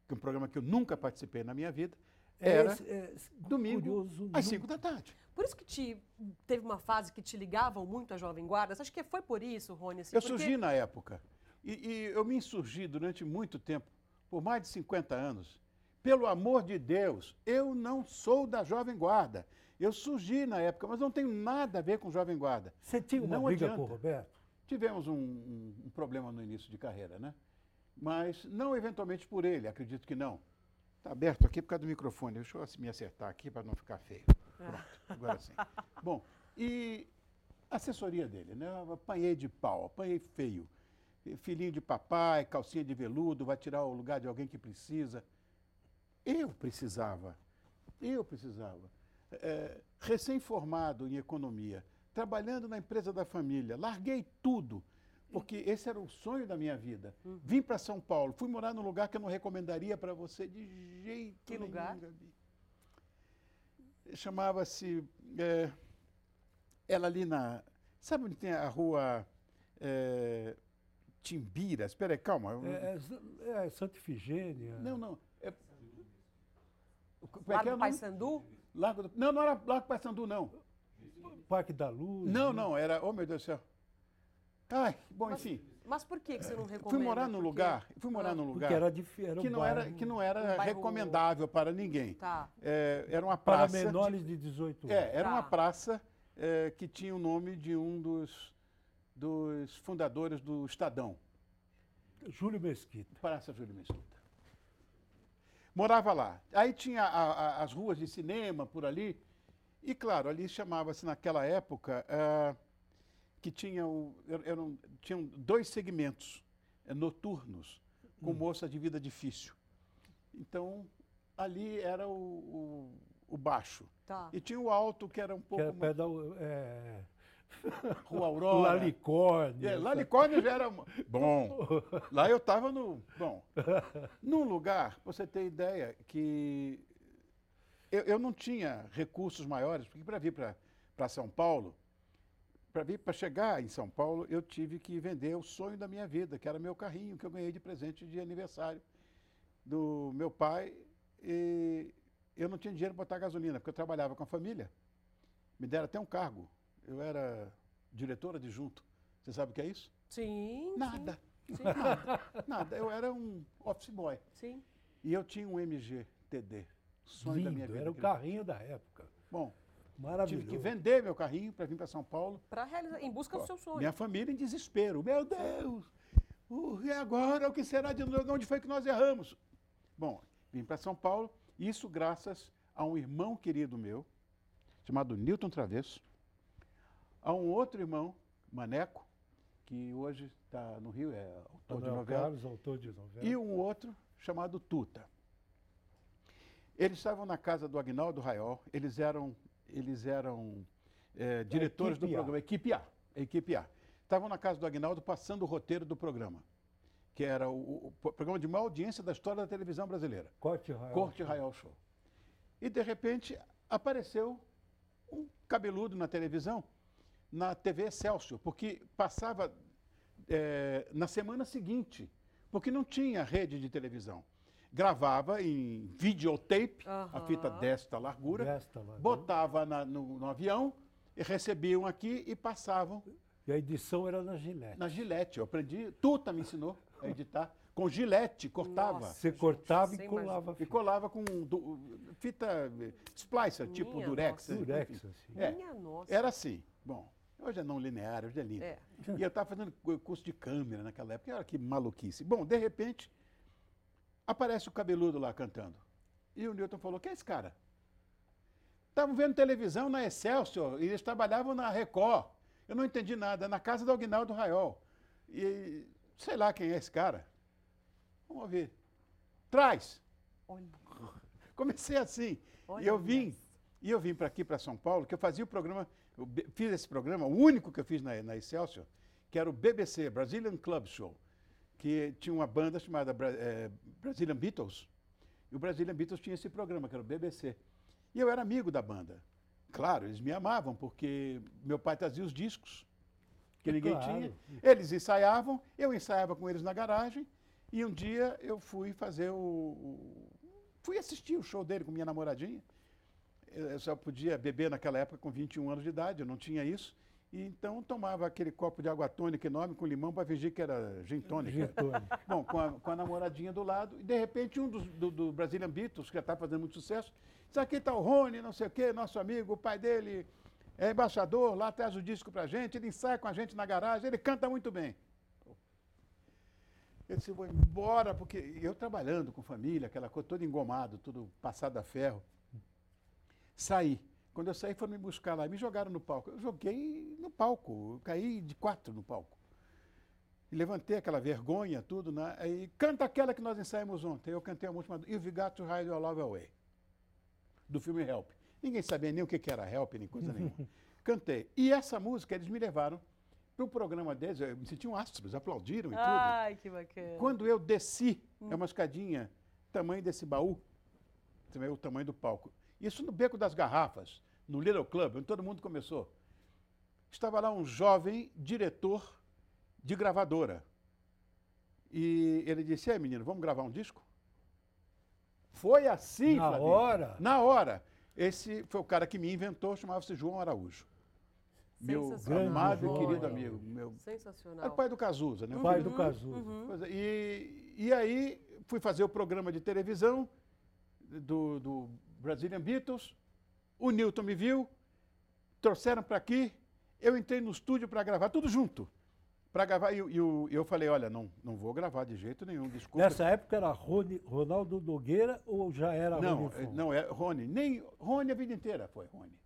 [SPEAKER 3] que é um programa que eu nunca participei na minha vida, era
[SPEAKER 1] Esse- é, esse-
[SPEAKER 3] domingo
[SPEAKER 1] curioso,
[SPEAKER 3] às
[SPEAKER 1] não-
[SPEAKER 3] 5 da tarde.
[SPEAKER 2] Por isso que te, teve uma fase que te ligavam muito a Jovem Guarda. Você acha que foi por isso, Rony? Assim,
[SPEAKER 3] Eu
[SPEAKER 2] porque-
[SPEAKER 3] surgi na época. E, e eu me insurgi durante muito tempo, por mais de 50 anos. Pelo amor de Deus, eu não sou da Jovem Guarda. Eu surgi na época, mas não tenho nada a ver com Jovem Guarda.
[SPEAKER 1] Você tinha uma
[SPEAKER 3] Não
[SPEAKER 1] briga com o
[SPEAKER 3] adianta.
[SPEAKER 1] Roberto?
[SPEAKER 3] Tivemos um, um- um problema no início de carreira, né? Mas não eventualmente por ele, acredito que não. Está Tá aberto aqui por causa do microfone. Deixa eu me acertar aqui para não ficar feio. Pronto, agora sim. Bom, e a assessoria dele, né? Eu apanhei de pau, apanhei feio. Eh, Filhinho de papai, calcinha de veludo, vai tirar o lugar de alguém que precisa. Eu precisava. Eu precisava. Eh, Recém-formado em economia, trabalhando na empresa da família, larguei tudo, porque esse era o sonho da minha vida. Vim para São Paulo, fui morar num lugar que eu não recomendaria para você de jeito
[SPEAKER 2] Que
[SPEAKER 3] nenhum,
[SPEAKER 2] lugar?
[SPEAKER 3] Gabi. Chamava-se eh, Ela ali na. Sabe onde tem a rua eh, Timbira? Espera aí, calma.
[SPEAKER 1] É, é, é Santa Ifigênia.
[SPEAKER 3] Não, não. É... Como é que
[SPEAKER 2] Lá
[SPEAKER 3] é o
[SPEAKER 2] no
[SPEAKER 3] nome?
[SPEAKER 2] Paysandu?
[SPEAKER 3] Largo do- Não, não era Largo Paissandu, não.
[SPEAKER 1] Parque da Luz.
[SPEAKER 3] Não,
[SPEAKER 1] né?
[SPEAKER 3] não, era. Oh, meu Deus do céu. Ai, bom,
[SPEAKER 2] Mas-
[SPEAKER 3] enfim.
[SPEAKER 2] Mas por que, que você não recomenda?
[SPEAKER 3] É, Fui morar num
[SPEAKER 2] Porque-
[SPEAKER 3] lugar. Fui morar num lugar
[SPEAKER 1] Porque era um diferente.
[SPEAKER 3] que, não era, que não era
[SPEAKER 2] um bairro-
[SPEAKER 3] recomendável para ninguém.
[SPEAKER 2] Tá.
[SPEAKER 3] É, era uma
[SPEAKER 1] Para
[SPEAKER 3] praça.
[SPEAKER 1] menores de 18 anos.
[SPEAKER 3] É, era uma
[SPEAKER 2] Tá.
[SPEAKER 3] praça eh, que tinha o nome de um dos, dos fundadores do Estadão,
[SPEAKER 1] Júlio Mesquita.
[SPEAKER 3] Praça Júlio Mesquita. Morava lá. Aí tinha a- a- as ruas de cinema por ali. E, claro, ali chamava-se naquela época ah, que tinha o, er- eram, tinham dois segmentos eh, noturnos com
[SPEAKER 1] Hum.
[SPEAKER 3] moças de vida difícil. Então, ali era o, o- o baixo.
[SPEAKER 2] Tá.
[SPEAKER 3] E tinha o alto, que era um
[SPEAKER 1] Que
[SPEAKER 3] pouco...
[SPEAKER 1] era
[SPEAKER 3] mais-
[SPEAKER 1] perto da. É,
[SPEAKER 3] Rua Aurora.
[SPEAKER 1] Lalicórnio.
[SPEAKER 3] É, lá de Córnea já era mo- bom. Lá eu estava no. Bom. Num lugar, pra você ter ideia, que eu, eu não tinha recursos maiores, porque para vir para São Paulo, para vir para chegar em São Paulo, eu tive que vender o sonho da minha vida, que era meu carrinho, que eu ganhei de presente de aniversário do meu pai. E eu não tinha dinheiro para botar gasolina, porque eu trabalhava com a família. Me deram até um cargo. Eu era diretor adjunto. Você sabe o que é isso?
[SPEAKER 2] Sim.
[SPEAKER 3] Nada.
[SPEAKER 2] Sim, sim.
[SPEAKER 3] Nada. Nada. Eu era um office boy.
[SPEAKER 2] sim.
[SPEAKER 3] E eu tinha um MGTD. Sonho da minha
[SPEAKER 1] Lindo,
[SPEAKER 3] vida.
[SPEAKER 1] era o
[SPEAKER 3] aquele-
[SPEAKER 1] carrinho da época.
[SPEAKER 3] Bom, tive
[SPEAKER 1] Maravilhoso.
[SPEAKER 3] que vender meu carrinho para vir para São Paulo.
[SPEAKER 2] Pra realizar, em busca do seu sonho.
[SPEAKER 3] Minha família em desespero. Meu Deus! O- e agora? O que será de nós? Onde foi que nós erramos? Bom, vim para São Paulo, isso graças a um irmão querido meu, chamado Newton Travesso, a um outro irmão, Maneco, que hoje está no Rio, é autor de
[SPEAKER 1] Manuel
[SPEAKER 3] novela,
[SPEAKER 1] Carlos, autor de novela.
[SPEAKER 3] e um outro chamado Tuta. Eles estavam na casa do Agnaldo Raiol, eles eram, eles eram eh, diretores do
[SPEAKER 1] É, equipe A.
[SPEAKER 3] programa, equipe A, a equipe A. Estavam na casa do Agnaldo passando o roteiro do programa, que era o, o- o programa de maior audiência da história da televisão brasileira,
[SPEAKER 1] Corte Raio.
[SPEAKER 3] Corte Raiol Show. E, de repente, apareceu um cabeludo na televisão, na TV Excelsior, porque passava eh, na semana seguinte, porque não tinha rede de televisão. Gravava em videotape, a fita
[SPEAKER 2] Aham.
[SPEAKER 3] desta largura,
[SPEAKER 1] Desta né? largura.
[SPEAKER 3] botava na- no, no avião, e recebiam aqui e passavam
[SPEAKER 1] E a edição era na Gillette.
[SPEAKER 3] na gilete. Eu aprendi, Tuta me ensinou a editar, com gilete, cortava.
[SPEAKER 2] Nossa.
[SPEAKER 1] Você cortava
[SPEAKER 2] Sem
[SPEAKER 1] e colava a
[SPEAKER 3] E
[SPEAKER 1] fita.
[SPEAKER 3] colava com du- fita eh, splicer, tipo
[SPEAKER 2] Minha
[SPEAKER 3] durex.
[SPEAKER 2] nossa.
[SPEAKER 3] enfim.
[SPEAKER 1] Durex, assim.
[SPEAKER 3] É.
[SPEAKER 2] Minha nossa.
[SPEAKER 3] Era assim. Bom, hoje é não linear, hoje é lindo.
[SPEAKER 2] É.
[SPEAKER 3] E eu estava fazendo cu- curso de câmera naquela época, olha que maluquice. Bom, de repente, aparece o cabeludo lá cantando. E o Newton falou: quem é esse cara? Estavam vendo televisão na Excelsior e eles trabalhavam na Record. Eu não entendi nada, na casa do Aguinaldo Raiol. E sei lá quem é esse cara. Vamos ouvir. Traz!
[SPEAKER 2] Olha.
[SPEAKER 3] Comecei assim.
[SPEAKER 2] Olha
[SPEAKER 3] E eu vim, e eu vim para aqui, para São Paulo, que eu fazia o programa, eu be- fiz esse programa, o único que eu fiz na, na Excelsior, que era o BBC, Brazilian Club Show, que tinha uma banda chamada Bra- eh, Brazilian Beatles, e o Brazilian Beatles tinha esse programa, que era o BBC. E eu era amigo da banda. Claro, eles me amavam, porque meu pai trazia os discos, que
[SPEAKER 1] É
[SPEAKER 3] ninguém
[SPEAKER 1] claro.
[SPEAKER 3] tinha. Eles ensaiavam, eu ensaiava com eles na garagem, e um dia eu fui fazer o. o- Fui assistir o show dele com minha namoradinha. Eu eu só podia beber naquela época com 21 anos de idade, eu não tinha isso. E então tomava aquele copo de água tônica enorme com limão para fingir que era gin tônica.
[SPEAKER 1] Gin tônica.
[SPEAKER 3] Bom, com a, com a namoradinha do lado, e de repente um dos, do, do Brazilian Beatles, que já está fazendo muito sucesso, disse, aqui está o Rony, não sei o quê, nosso amigo, o pai dele é embaixador, lá traz o disco pra gente, ele ensaia com a gente na garagem, ele canta muito bem. Eu disse, vou embora, porque eu trabalhando com família, aquela coisa toda engomado, tudo passado a ferro. Saí. Quando eu saí, foram me buscar lá, me jogaram no palco. Eu joguei no palco, eu caí de quatro no palco. E levantei aquela vergonha, tudo, né? E canta aquela que nós ensaiamos ontem. Eu cantei a última. do You've Got to Hide Your Love Away, do filme Help. Ninguém sabia nem o que que era Help, nem coisa nenhuma. Cantei. E essa música, eles me levaram para o programa deles. Eu me senti um astros, aplaudiram e tudo.
[SPEAKER 2] Ai, que bacana.
[SPEAKER 3] Quando eu desci,
[SPEAKER 2] Hum.
[SPEAKER 3] é uma escadinha, tamanho desse baú, você vê o tamanho do palco. Isso no Beco das Garrafas, no Little Club, onde todo mundo começou. Estava lá um jovem diretor de gravadora. E ele disse: "É, menino, vamos gravar um disco?" Foi assim,
[SPEAKER 1] Na
[SPEAKER 3] Flavinho.
[SPEAKER 1] hora?
[SPEAKER 3] Na hora. Esse foi o cara que me inventou, chamava-se João Araújo. Meu
[SPEAKER 2] Sensacional.
[SPEAKER 3] amado e
[SPEAKER 1] João
[SPEAKER 3] querido
[SPEAKER 1] Araújo.
[SPEAKER 3] amigo, meu era
[SPEAKER 2] Sensacional.
[SPEAKER 3] o pai do Cazuza, né? O
[SPEAKER 1] Pai
[SPEAKER 3] filho
[SPEAKER 1] do Cazuza.
[SPEAKER 3] Pois é, E, e aí fui fazer o programa de televisão do, do Brazilian Beatles, o Newton me viu, trouxeram para aqui, eu entrei no estúdio para gravar, tudo junto. Para gravar, e, o- e o- eu falei, olha, não, não vou gravar de jeito nenhum, desculpa.
[SPEAKER 1] Nessa época era Rony- Ronaldo Nogueira ou já era
[SPEAKER 3] não,
[SPEAKER 1] Rony Fon?
[SPEAKER 3] eh, não, é Rony, nem Rony a vida inteira foi Rony.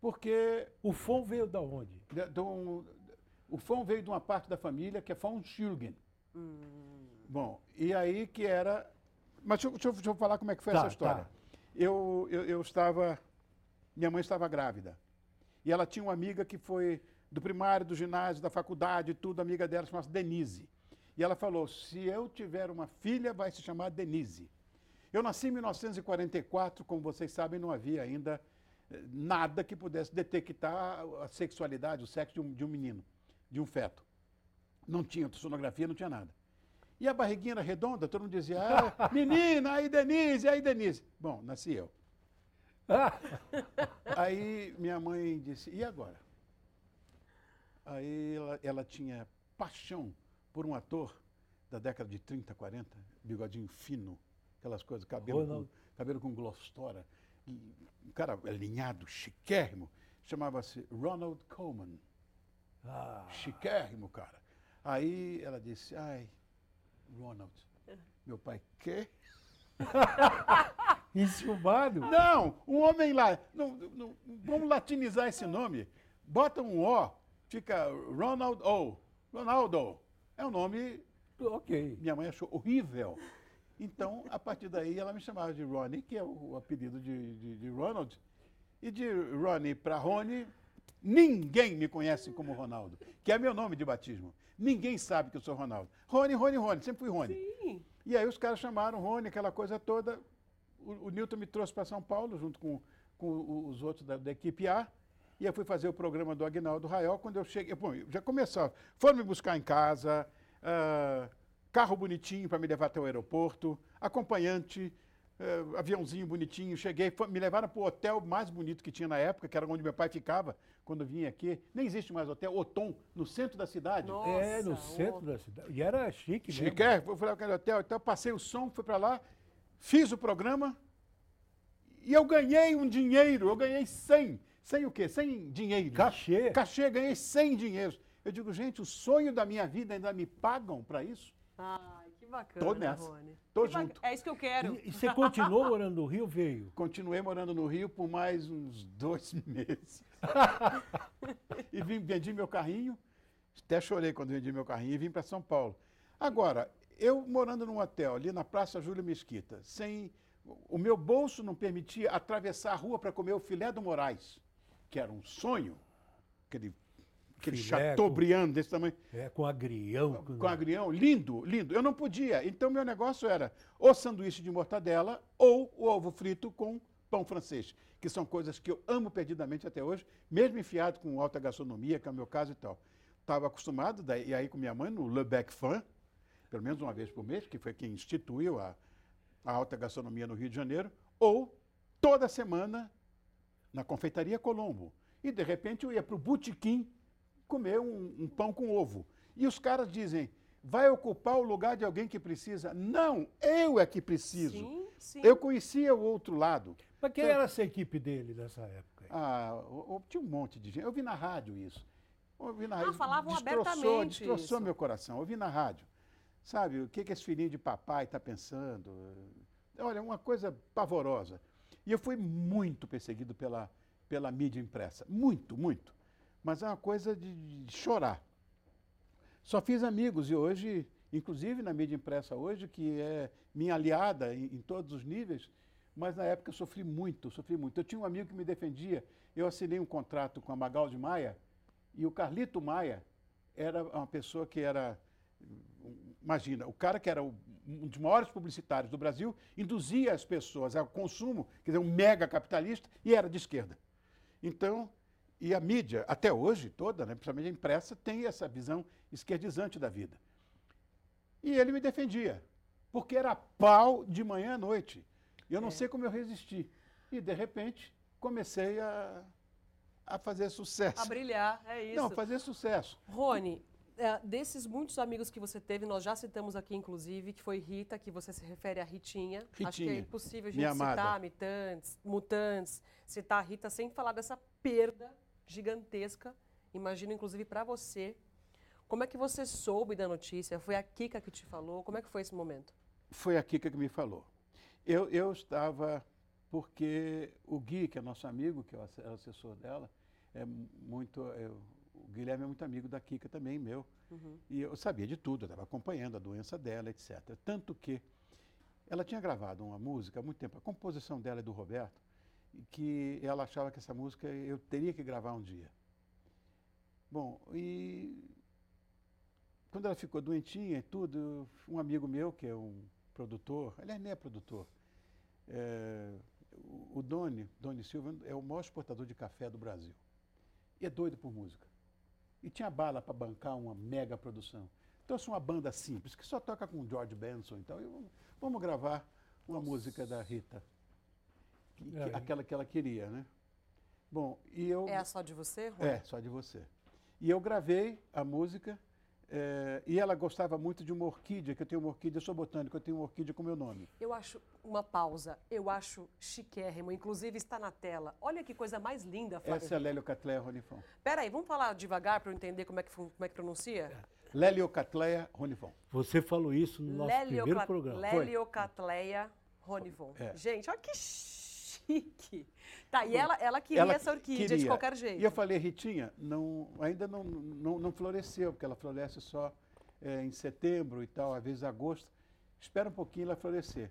[SPEAKER 3] Porque
[SPEAKER 1] O Fon veio da onde?
[SPEAKER 3] de- de um- o Fon veio de uma parte da família que é Fon Schulgen. Bom, e aí que era. Mas deixa, eu- deixa eu- deixa eu falar como é que foi
[SPEAKER 1] Tá,
[SPEAKER 3] essa história.
[SPEAKER 1] tá.
[SPEAKER 3] Eu, eu, eu estava. Minha mãe estava grávida. E ela tinha uma amiga que foi do primário, do ginásio, da faculdade, e tudo, amiga dela, chamava Denise. E ela falou: se eu tiver uma filha, vai se chamar Denise. Eu nasci em 1944, como vocês sabem, não havia ainda eh, nada que pudesse detectar a sexualidade, o sexo de um, de um menino, de um feto. Não tinha sonografia, não tinha nada. E a barriguinha era redonda, todo mundo dizia, ah, menina, aí Denise, aí Denise. Bom, nasci eu. aí minha mãe disse, e agora? Aí ela, ela tinha paixão por um ator da década de 30, 40, bigodinho fino, aquelas coisas, cabelo, com,
[SPEAKER 1] Ronald.
[SPEAKER 3] cabelo com glostora, e um cara alinhado, chiquérrimo, chamava-se Ronald Coleman.
[SPEAKER 1] Ah,
[SPEAKER 3] Chiquérrimo, cara. Aí ela disse, ai, Ronald, meu pai, quê?
[SPEAKER 1] enciumado?
[SPEAKER 3] Não, um homem lá. não- não- vamos latinizar esse nome. Bota um O, fica Ronald O. Ronaldo. É um nome
[SPEAKER 1] Ok.
[SPEAKER 3] minha mãe achou horrível. Então, a partir daí, ela me chamava de Ronnie, que é o, o apelido de, de- de Ronald. E de Ronnie para Rony, ninguém me conhece como Ronaldo, que é meu nome de batismo. Ninguém sabe que eu sou Ronaldo. Rony, Rony, Rony, sempre fui Rony.
[SPEAKER 2] Sim.
[SPEAKER 3] E aí os caras chamaram o Rony, aquela coisa toda. O, o Newton me trouxe para São Paulo, junto com, com o- os outros da, da equipe A. E eu fui fazer o programa do Agnaldo Raiol. Quando eu cheguei, bom, eu já começava. Foram me buscar em casa, ah, carro bonitinho para me levar até o aeroporto, acompanhante, ah, aviãozinho bonitinho. Cheguei, fo- me levaram para o hotel mais bonito que tinha na época, que era onde meu pai ficava quando vinha aqui. Nem existe mais hotel, Otom, no centro da cidade.
[SPEAKER 2] Nossa,
[SPEAKER 1] é, no
[SPEAKER 2] ô.
[SPEAKER 1] centro da cidade. E era chique né? mesmo.
[SPEAKER 3] Chiquer, fui lá para aquele hotel, então passei o som, fui para lá, fiz o programa e eu ganhei um dinheiro, eu ganhei 100. 100 o quê? 100 dinheiro.
[SPEAKER 1] Cachê.
[SPEAKER 3] Cachê, ganhei 100 dinheiros. Eu digo, gente, o sonho da minha vida ainda me pagam para isso?
[SPEAKER 2] Ai, que bacana,
[SPEAKER 3] Tô nessa.
[SPEAKER 2] Rony.
[SPEAKER 3] Tô
[SPEAKER 2] Que ba-
[SPEAKER 3] junto.
[SPEAKER 2] É isso que eu quero.
[SPEAKER 1] E, e você continuou morando no Rio, veio?
[SPEAKER 3] Continuei morando no Rio por mais uns dois meses. e vim, vendi meu carrinho, até chorei quando vendi meu carrinho e vim para São Paulo. Agora, eu morando num hotel ali na Praça Júlio Mesquita, sem. O meu bolso não permitia atravessar a rua para comer o filé do Moraes, que era um sonho, aquele, aquele
[SPEAKER 1] Filé com-
[SPEAKER 3] chateaubriand desse tamanho
[SPEAKER 1] É, com agrião.
[SPEAKER 3] com agrião, lindo, lindo. Eu não podia. Então meu negócio era o sanduíche de mortadela ou o ovo frito com pão francês, que são coisas que eu amo perdidamente até hoje, mesmo enfiado com alta gastronomia, que é o meu caso e tal. Estava acostumado, daí, e aí com minha mãe no Le Bec Fan, pelo menos uma vez por mês, que foi quem instituiu a, a alta gastronomia no Rio de Janeiro, ou toda semana na confeitaria Colombo. E de repente eu ia para o botequim comer um, um pão com ovo. E os caras dizem, vai ocupar o lugar de alguém que precisa. Não, eu é que preciso.
[SPEAKER 2] Sim, sim.
[SPEAKER 3] Eu conhecia o outro lado.
[SPEAKER 1] Mas quem era essa equipe dele nessa época? aí?
[SPEAKER 3] Ah, o- o- tinha um monte de gente. Eu vi na rádio isso. Eu vi na rádio.
[SPEAKER 2] Ah, falavam
[SPEAKER 3] destroçou,
[SPEAKER 2] abertamente
[SPEAKER 3] Destroçou
[SPEAKER 2] isso.
[SPEAKER 3] meu coração. Eu vi na rádio. Sabe, o que, que esse filhinho de papai está pensando? Olha, uma coisa pavorosa. E eu fui muito perseguido pela, pela mídia impressa. Muito, muito. Mas é uma coisa de, de chorar. Só fiz amigos e hoje, inclusive na mídia impressa hoje, que é minha aliada em, em todos os níveis, mas na época eu sofri muito, sofri muito. Eu tinha um amigo que me defendia, eu assinei um contrato com a Magaldi Maia e o Carlito Maia era uma pessoa que era, imagina, o cara que era o- um dos maiores publicitários do Brasil, induzia as pessoas ao consumo, quer dizer, um mega capitalista e era de esquerda. Então, E a mídia, até hoje toda, né, principalmente a imprensa, tem essa visão esquerdizante da vida. E ele me defendia, porque era pau de manhã à noite. E eu não sei como eu resisti. E, de repente, comecei a, a fazer sucesso.
[SPEAKER 2] A brilhar, é isso.
[SPEAKER 3] Não, fazer sucesso.
[SPEAKER 2] Rony, é, desses muitos amigos que você teve, nós já citamos aqui, inclusive, que foi Rita, que você se refere a Ritinha. Acho que é
[SPEAKER 3] Ritinha,
[SPEAKER 2] impossível a gente
[SPEAKER 3] minha
[SPEAKER 2] citar
[SPEAKER 3] amada.
[SPEAKER 2] mutantes, mutantes, citar a Rita sem falar dessa perda gigantesca. Imagino, inclusive, para você. Como é que você soube da notícia? Foi a Kika que te falou? Como é que foi esse momento?
[SPEAKER 3] Foi a Kika que me falou. Eu, eu estava, porque o Gui, que é nosso amigo, que é o asse- é o assessor dela, é mu- muito. é, o Guilherme é muito amigo da Kika também, meu. E eu sabia de tudo, eu estava acompanhando a doença dela, etc. Tanto que ela tinha gravado uma música há muito tempo, a composição dela é do Roberto, e que ela achava que essa música eu teria que gravar um dia. Bom, e quando ela ficou doentinha e tudo, um amigo meu, que é um produtor, aliás, nem é produtor, é, o- o Doni, Doni Silva, é o maior exportador de café do Brasil. E é doido por música. E tinha bala para bancar uma mega produção. Trouxe uma banda simples, que só toca com George Benson e tal. E vamos- vamos gravar uma música da Rita. Que- que-
[SPEAKER 1] Aí.
[SPEAKER 3] aquela que ela queria, né? Bom, e eu.
[SPEAKER 2] É a só de você, Rony?
[SPEAKER 3] É, só de você. E eu gravei a música eh, e ela gostava muito de uma orquídea, que eu tenho uma orquídea, eu sou botânico, eu tenho uma orquídea com meu nome.
[SPEAKER 2] Eu acho uma pausa, eu acho chiquérrimo, inclusive está na tela. Olha que coisa mais linda, Flávio.
[SPEAKER 3] Essa é Lélio Catleia Ronifon.
[SPEAKER 2] Peraí, vamos falar devagar para eu entender como é que, fun- como é que pronuncia?
[SPEAKER 3] Lélio Catleia Ronifon.
[SPEAKER 1] Você falou isso no nosso primeiro
[SPEAKER 2] Leliocla-
[SPEAKER 1] programa.
[SPEAKER 2] Leliocatleia Ronivon.
[SPEAKER 3] É.
[SPEAKER 2] Gente, olha que chique. Tá, e ela, ela queria
[SPEAKER 3] Ela
[SPEAKER 2] essa orquídea de
[SPEAKER 3] queria.
[SPEAKER 2] qualquer jeito.
[SPEAKER 3] E eu falei, Ritinha, não, ainda não, não, não floresceu, porque ela floresce só eh, em setembro e tal, às vezes agosto. Espera um pouquinho ela florescer.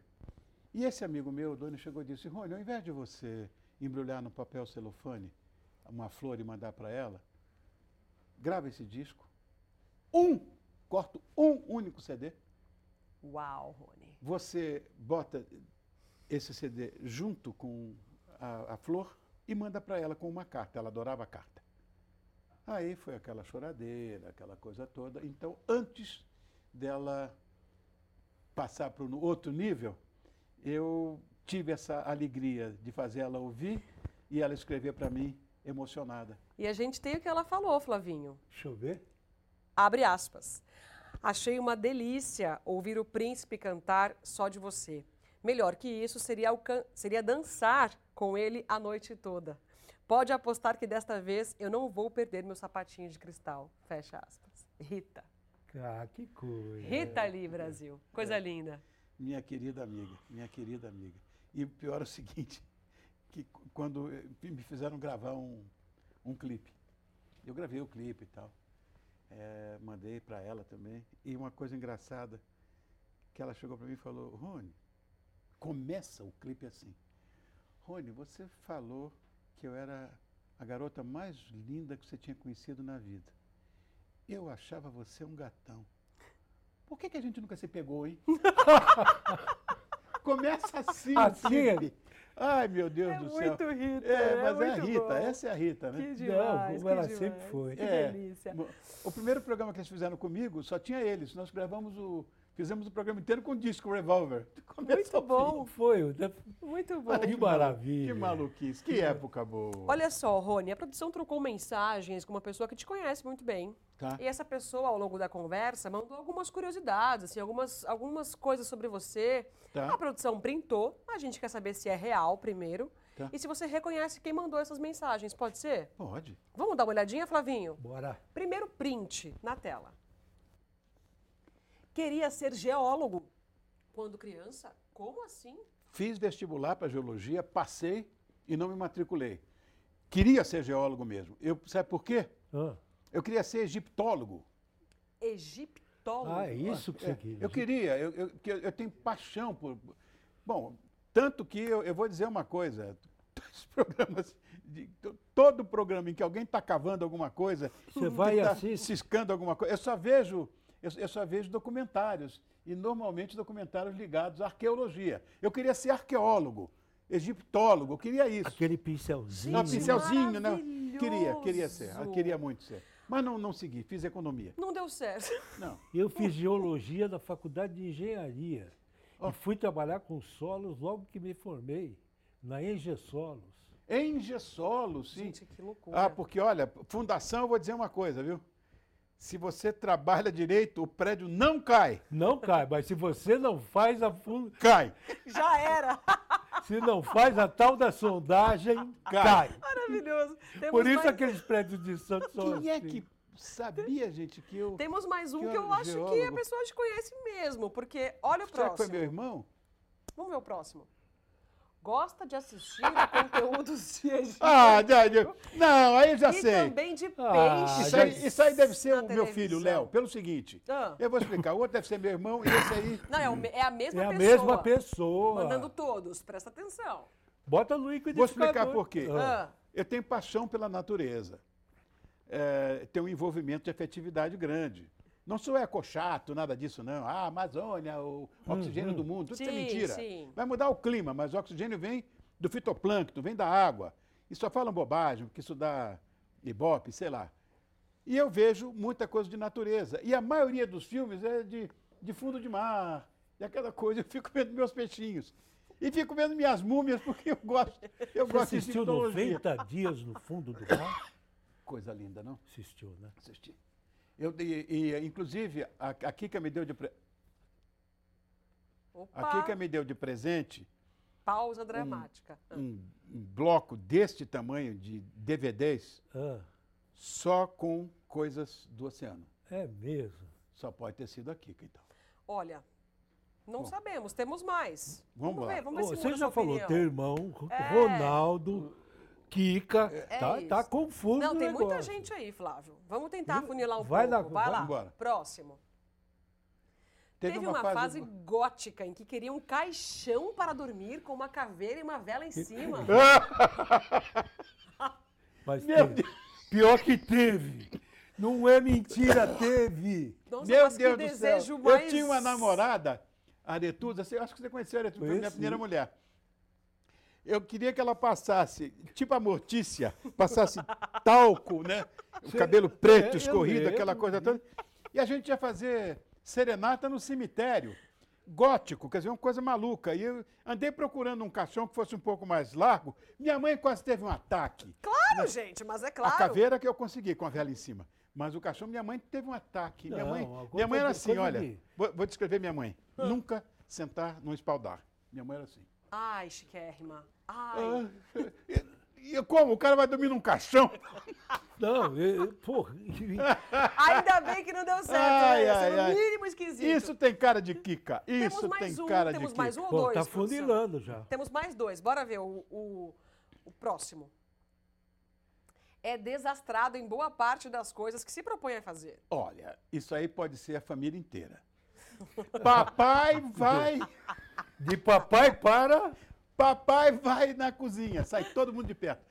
[SPEAKER 3] E esse amigo meu, o dono, chegou e disse, Rony, ao invés de você embrulhar no papel celofane uma flor e mandar para ela, grava esse disco, um, corto um único CD,
[SPEAKER 2] Uau, Rony.
[SPEAKER 3] você bota esse CD junto com a, a flor e manda para ela com uma carta. Ela adorava a carta. Aí foi aquela choradeira, aquela coisa toda. Então, antes dela passar para um outro nível, eu tive essa alegria de fazer ela ouvir e ela escrever para mim emocionada.
[SPEAKER 2] E a gente tem o que ela falou, Flavinho.
[SPEAKER 1] Deixa eu ver.
[SPEAKER 2] Abre aspas. Achei uma delícia ouvir o príncipe cantar só de você. Melhor que isso seria, alcan- seria dançar com ele a noite toda. Pode apostar que desta vez eu não vou perder meu sapatinho de cristal. Fecha aspas. Rita.
[SPEAKER 1] Ah, que coisa.
[SPEAKER 3] É.
[SPEAKER 2] Rita Lee, Brasil. Coisa linda.
[SPEAKER 3] Minha querida amiga, minha querida amiga. E o pior é o seguinte, que cu- quando eh, me fizeram gravar um, um clipe, eu gravei o clipe e tal, eh, mandei para ela também. E uma coisa engraçada, que ela chegou para mim e falou, Rony, começa o clipe assim. Rony, você falou que eu era a garota mais linda que você tinha conhecido na vida. Eu achava você um gatão. Por que, que a gente nunca se pegou, hein? Começa assim, o
[SPEAKER 1] Assim?
[SPEAKER 3] clipe. Ai, meu Deus
[SPEAKER 2] É
[SPEAKER 3] do
[SPEAKER 2] muito
[SPEAKER 3] céu.
[SPEAKER 2] Rita.
[SPEAKER 3] É, mas é a
[SPEAKER 2] muito
[SPEAKER 3] Rita,
[SPEAKER 2] bom.
[SPEAKER 3] essa é a Rita, né?
[SPEAKER 2] Que demais,
[SPEAKER 1] Não, como
[SPEAKER 2] que
[SPEAKER 1] ela
[SPEAKER 2] demais.
[SPEAKER 1] sempre foi.
[SPEAKER 2] Que
[SPEAKER 3] É.
[SPEAKER 2] delícia.
[SPEAKER 3] Bom, O primeiro programa que eles fizeram comigo só tinha eles. Nós gravamos o. Fizemos o programa inteiro com o disco Revolver. Do começo
[SPEAKER 2] Muito
[SPEAKER 3] ao
[SPEAKER 2] bom,
[SPEAKER 1] Não foi. eu-
[SPEAKER 2] muito bom.
[SPEAKER 1] Que
[SPEAKER 3] fim.
[SPEAKER 1] maravilha.
[SPEAKER 3] Que maluquice, que época boa.
[SPEAKER 2] Olha só, Rony, a produção trocou mensagens com uma pessoa que te conhece muito bem.
[SPEAKER 3] Tá.
[SPEAKER 2] E essa pessoa, ao longo da conversa, mandou algumas curiosidades, assim, algumas, algumas coisas sobre você.
[SPEAKER 3] Tá.
[SPEAKER 2] A produção printou, a gente quer saber se é real primeiro.
[SPEAKER 3] Tá.
[SPEAKER 2] E se você reconhece quem mandou essas mensagens, pode ser?
[SPEAKER 3] Pode.
[SPEAKER 2] Vamos dar uma olhadinha, Flavinho?
[SPEAKER 1] Bora.
[SPEAKER 2] Primeiro print na tela. Queria ser geólogo. Quando criança? Como assim?
[SPEAKER 3] Fiz vestibular para geologia, passei e não me matriculei. Queria ser geólogo mesmo. Eu, sabe por quê?
[SPEAKER 1] Ah,
[SPEAKER 3] Eu queria ser egiptólogo.
[SPEAKER 2] Egiptólogo.
[SPEAKER 1] ah, é isso que
[SPEAKER 3] É,
[SPEAKER 1] você queria.
[SPEAKER 3] Eu queria, eu, eu, que eu- eu tenho paixão por. Bom, tanto que eu, eu vou dizer uma coisa. Os programas, de- to- todo programa em que alguém está cavando alguma coisa,
[SPEAKER 1] Você vai e
[SPEAKER 3] está
[SPEAKER 1] assiste.
[SPEAKER 3] ciscando alguma coisa, eu só vejo, eu, eu só vejo documentários e normalmente documentários ligados à arqueologia. Eu queria ser arqueólogo, egiptólogo, eu queria isso.
[SPEAKER 1] Aquele pincelzinho.
[SPEAKER 3] Não, pincelzinho, né? Queria, queria ser. ah, Queria muito ser. Mas não, não segui, fiz economia.
[SPEAKER 2] Não deu certo.
[SPEAKER 3] Não.
[SPEAKER 1] Eu fiz geologia da faculdade de engenharia. E fui trabalhar com solos logo que me formei, na Engessolos.
[SPEAKER 3] Engessolo, sim.
[SPEAKER 2] Gente, que loucura.
[SPEAKER 3] Ah, porque olha, fundação, eu vou dizer uma coisa, viu? Se você trabalha direito, o prédio não cai.
[SPEAKER 1] Não cai, mas se você não faz a fun-
[SPEAKER 3] Cai.
[SPEAKER 2] Já era.
[SPEAKER 1] se não faz a tal da sondagem,
[SPEAKER 3] Cai.
[SPEAKER 1] cai.
[SPEAKER 2] Maravilhoso. Temos
[SPEAKER 1] Por isso
[SPEAKER 2] mais...
[SPEAKER 1] aqueles prédios de Santos são
[SPEAKER 3] Quem é
[SPEAKER 1] assim.
[SPEAKER 3] que sabia, gente, Tipo, que eu.
[SPEAKER 2] Temos mais um que eu
[SPEAKER 3] Geólogo,
[SPEAKER 2] acho que a
[SPEAKER 3] geólogo.
[SPEAKER 2] pessoa te conhece mesmo, porque olha o
[SPEAKER 3] Será que foi
[SPEAKER 2] próximo.
[SPEAKER 3] meu irmão?
[SPEAKER 2] Vamos ver o próximo. Gosta de assistir a conteúdos de agir
[SPEAKER 3] Ah, já- já- não, aí eu já
[SPEAKER 2] e
[SPEAKER 3] sei.
[SPEAKER 2] também de
[SPEAKER 1] Ah,
[SPEAKER 2] peixes.
[SPEAKER 3] Isso aí, isso aí deve ser
[SPEAKER 2] na
[SPEAKER 3] o meu filho,
[SPEAKER 2] televisão.
[SPEAKER 3] Léo, pelo seguinte.
[SPEAKER 2] Ah.
[SPEAKER 3] Eu vou explicar. O outro deve ser meu irmão e esse aí.
[SPEAKER 2] Não, é, o me- é a mesma
[SPEAKER 1] É a
[SPEAKER 2] pessoa.
[SPEAKER 1] mesma pessoa.
[SPEAKER 2] Mandando todos, presta atenção.
[SPEAKER 1] Bota no
[SPEAKER 3] Vou
[SPEAKER 1] liquidificador.
[SPEAKER 3] explicar por quê.
[SPEAKER 1] Ah.
[SPEAKER 2] Ah,
[SPEAKER 3] Eu tenho paixão pela natureza. É, tenho um envolvimento de afetividade grande. Não sou ecochato, nada disso, não. Ah, Amazônia, o oxigênio do mundo, tudo isso é
[SPEAKER 2] Hum, Sim,
[SPEAKER 3] mentira.
[SPEAKER 2] sim.
[SPEAKER 3] Vai mudar o clima, mas o oxigênio vem do fitoplâncton, vem da água. E só falam bobagem, porque isso dá ibope, sei lá. E eu vejo muita coisa de natureza. E a maioria dos filmes é de, de fundo de mar, e aquela coisa. Eu fico vendo meus peixinhos. E fico vendo minhas múmias, porque eu gosto, eu
[SPEAKER 1] Você
[SPEAKER 3] gosto de
[SPEAKER 1] assistiu
[SPEAKER 3] mitologia.
[SPEAKER 1] 90 dias no fundo do mar?
[SPEAKER 3] Coisa linda, não?
[SPEAKER 1] Assistiu, né?
[SPEAKER 3] Assisti. Eu, e, e, inclusive, a, a Kika me deu de pre- a
[SPEAKER 2] opa,
[SPEAKER 3] Kika é me Hum. deu de presente
[SPEAKER 2] pausa dramática. Ah.
[SPEAKER 3] um, um bloco deste tamanho de DVDs
[SPEAKER 1] Ah,
[SPEAKER 3] só com coisas do oceano.
[SPEAKER 1] é mesmo.
[SPEAKER 3] Só pode ter sido a Kika, então.
[SPEAKER 2] Olha, não sabemos, temos mais.
[SPEAKER 3] Vamos lá.
[SPEAKER 2] ver, vamos
[SPEAKER 1] Ô,
[SPEAKER 2] ver se
[SPEAKER 1] você
[SPEAKER 2] muda
[SPEAKER 1] já
[SPEAKER 2] sua
[SPEAKER 1] falou
[SPEAKER 2] opinião.
[SPEAKER 1] teu irmão,
[SPEAKER 2] É.
[SPEAKER 1] Ronaldo, Kika.
[SPEAKER 2] É
[SPEAKER 1] tá,
[SPEAKER 2] isso.
[SPEAKER 1] tá confuso
[SPEAKER 2] Não,
[SPEAKER 1] o
[SPEAKER 2] tem muita
[SPEAKER 1] negócio.
[SPEAKER 2] gente aí, Flávio. Vamos tentar
[SPEAKER 1] Viu?
[SPEAKER 2] afunilar um
[SPEAKER 1] Vai lá,
[SPEAKER 2] pouco. Vai lá.
[SPEAKER 1] vamos
[SPEAKER 3] embora.
[SPEAKER 2] Próximo. Teve, uma, fase gótica em que queria um caixão para dormir com uma caveira e uma vela em cima.
[SPEAKER 1] Mas teve. Pior que teve. Não é mentira, teve.
[SPEAKER 2] Nossa,
[SPEAKER 3] Meu
[SPEAKER 2] mas
[SPEAKER 3] Deus
[SPEAKER 2] que
[SPEAKER 3] do
[SPEAKER 2] desejo
[SPEAKER 3] céu.
[SPEAKER 2] mais...
[SPEAKER 3] Eu tinha uma namorada, a Aretusa, você- eu acho que você conheceu a Aretusa, foi minha
[SPEAKER 1] Conheci.
[SPEAKER 3] primeira mulher. Eu queria que ela passasse, tipo a Mortícia, passasse talco, né? O cabelo
[SPEAKER 1] É,
[SPEAKER 3] preto,
[SPEAKER 1] eu
[SPEAKER 3] escorrido,
[SPEAKER 1] lembro.
[SPEAKER 3] aquela coisa toda. E a gente ia fazer serenata no cemitério, gótico, quer dizer, uma coisa maluca. E eu andei procurando um caixão que fosse um pouco mais largo. Minha mãe quase teve um ataque.
[SPEAKER 2] Claro, gente, mas é claro.
[SPEAKER 3] A caveira que eu consegui com a vela em cima. Mas o cachorro, minha mãe teve um ataque. minha
[SPEAKER 1] Não,
[SPEAKER 3] mãe,
[SPEAKER 1] uma coisa
[SPEAKER 3] minha mãe era
[SPEAKER 1] de-
[SPEAKER 3] assim,
[SPEAKER 1] coisa
[SPEAKER 3] olha.
[SPEAKER 1] de-
[SPEAKER 3] Vou, vou descrever minha mãe.
[SPEAKER 2] Ah.
[SPEAKER 3] Nunca sentar num espaldar. Minha mãe era assim.
[SPEAKER 2] Ai, chiquérrima. Ai.
[SPEAKER 3] Ah, e, e como? O cara vai dormir num caixão?
[SPEAKER 1] Não, eu, eu- porra.
[SPEAKER 2] Um Ainda bem que não deu certo,
[SPEAKER 3] Ah. Ai,
[SPEAKER 2] né? Isso é
[SPEAKER 3] ai,
[SPEAKER 2] no
[SPEAKER 3] ai.
[SPEAKER 2] mínimo esquisito.
[SPEAKER 3] Isso tem cara de Kika.
[SPEAKER 2] temos
[SPEAKER 3] Isso
[SPEAKER 2] mais
[SPEAKER 3] tem
[SPEAKER 2] um,
[SPEAKER 3] cara
[SPEAKER 2] temos
[SPEAKER 3] de
[SPEAKER 2] mais
[SPEAKER 3] Kika.
[SPEAKER 2] um ou
[SPEAKER 1] Pô,
[SPEAKER 2] dois?
[SPEAKER 1] tá
[SPEAKER 2] produção?
[SPEAKER 1] funilando já.
[SPEAKER 2] Temos mais dois, bora ver o, o, o próximo. É desastrado em boa parte das coisas que se propõe a fazer.
[SPEAKER 3] Olha, isso aí pode ser a família inteira. Papai vai,
[SPEAKER 1] De papai para.
[SPEAKER 3] papai vai na cozinha. Sai todo mundo de perto.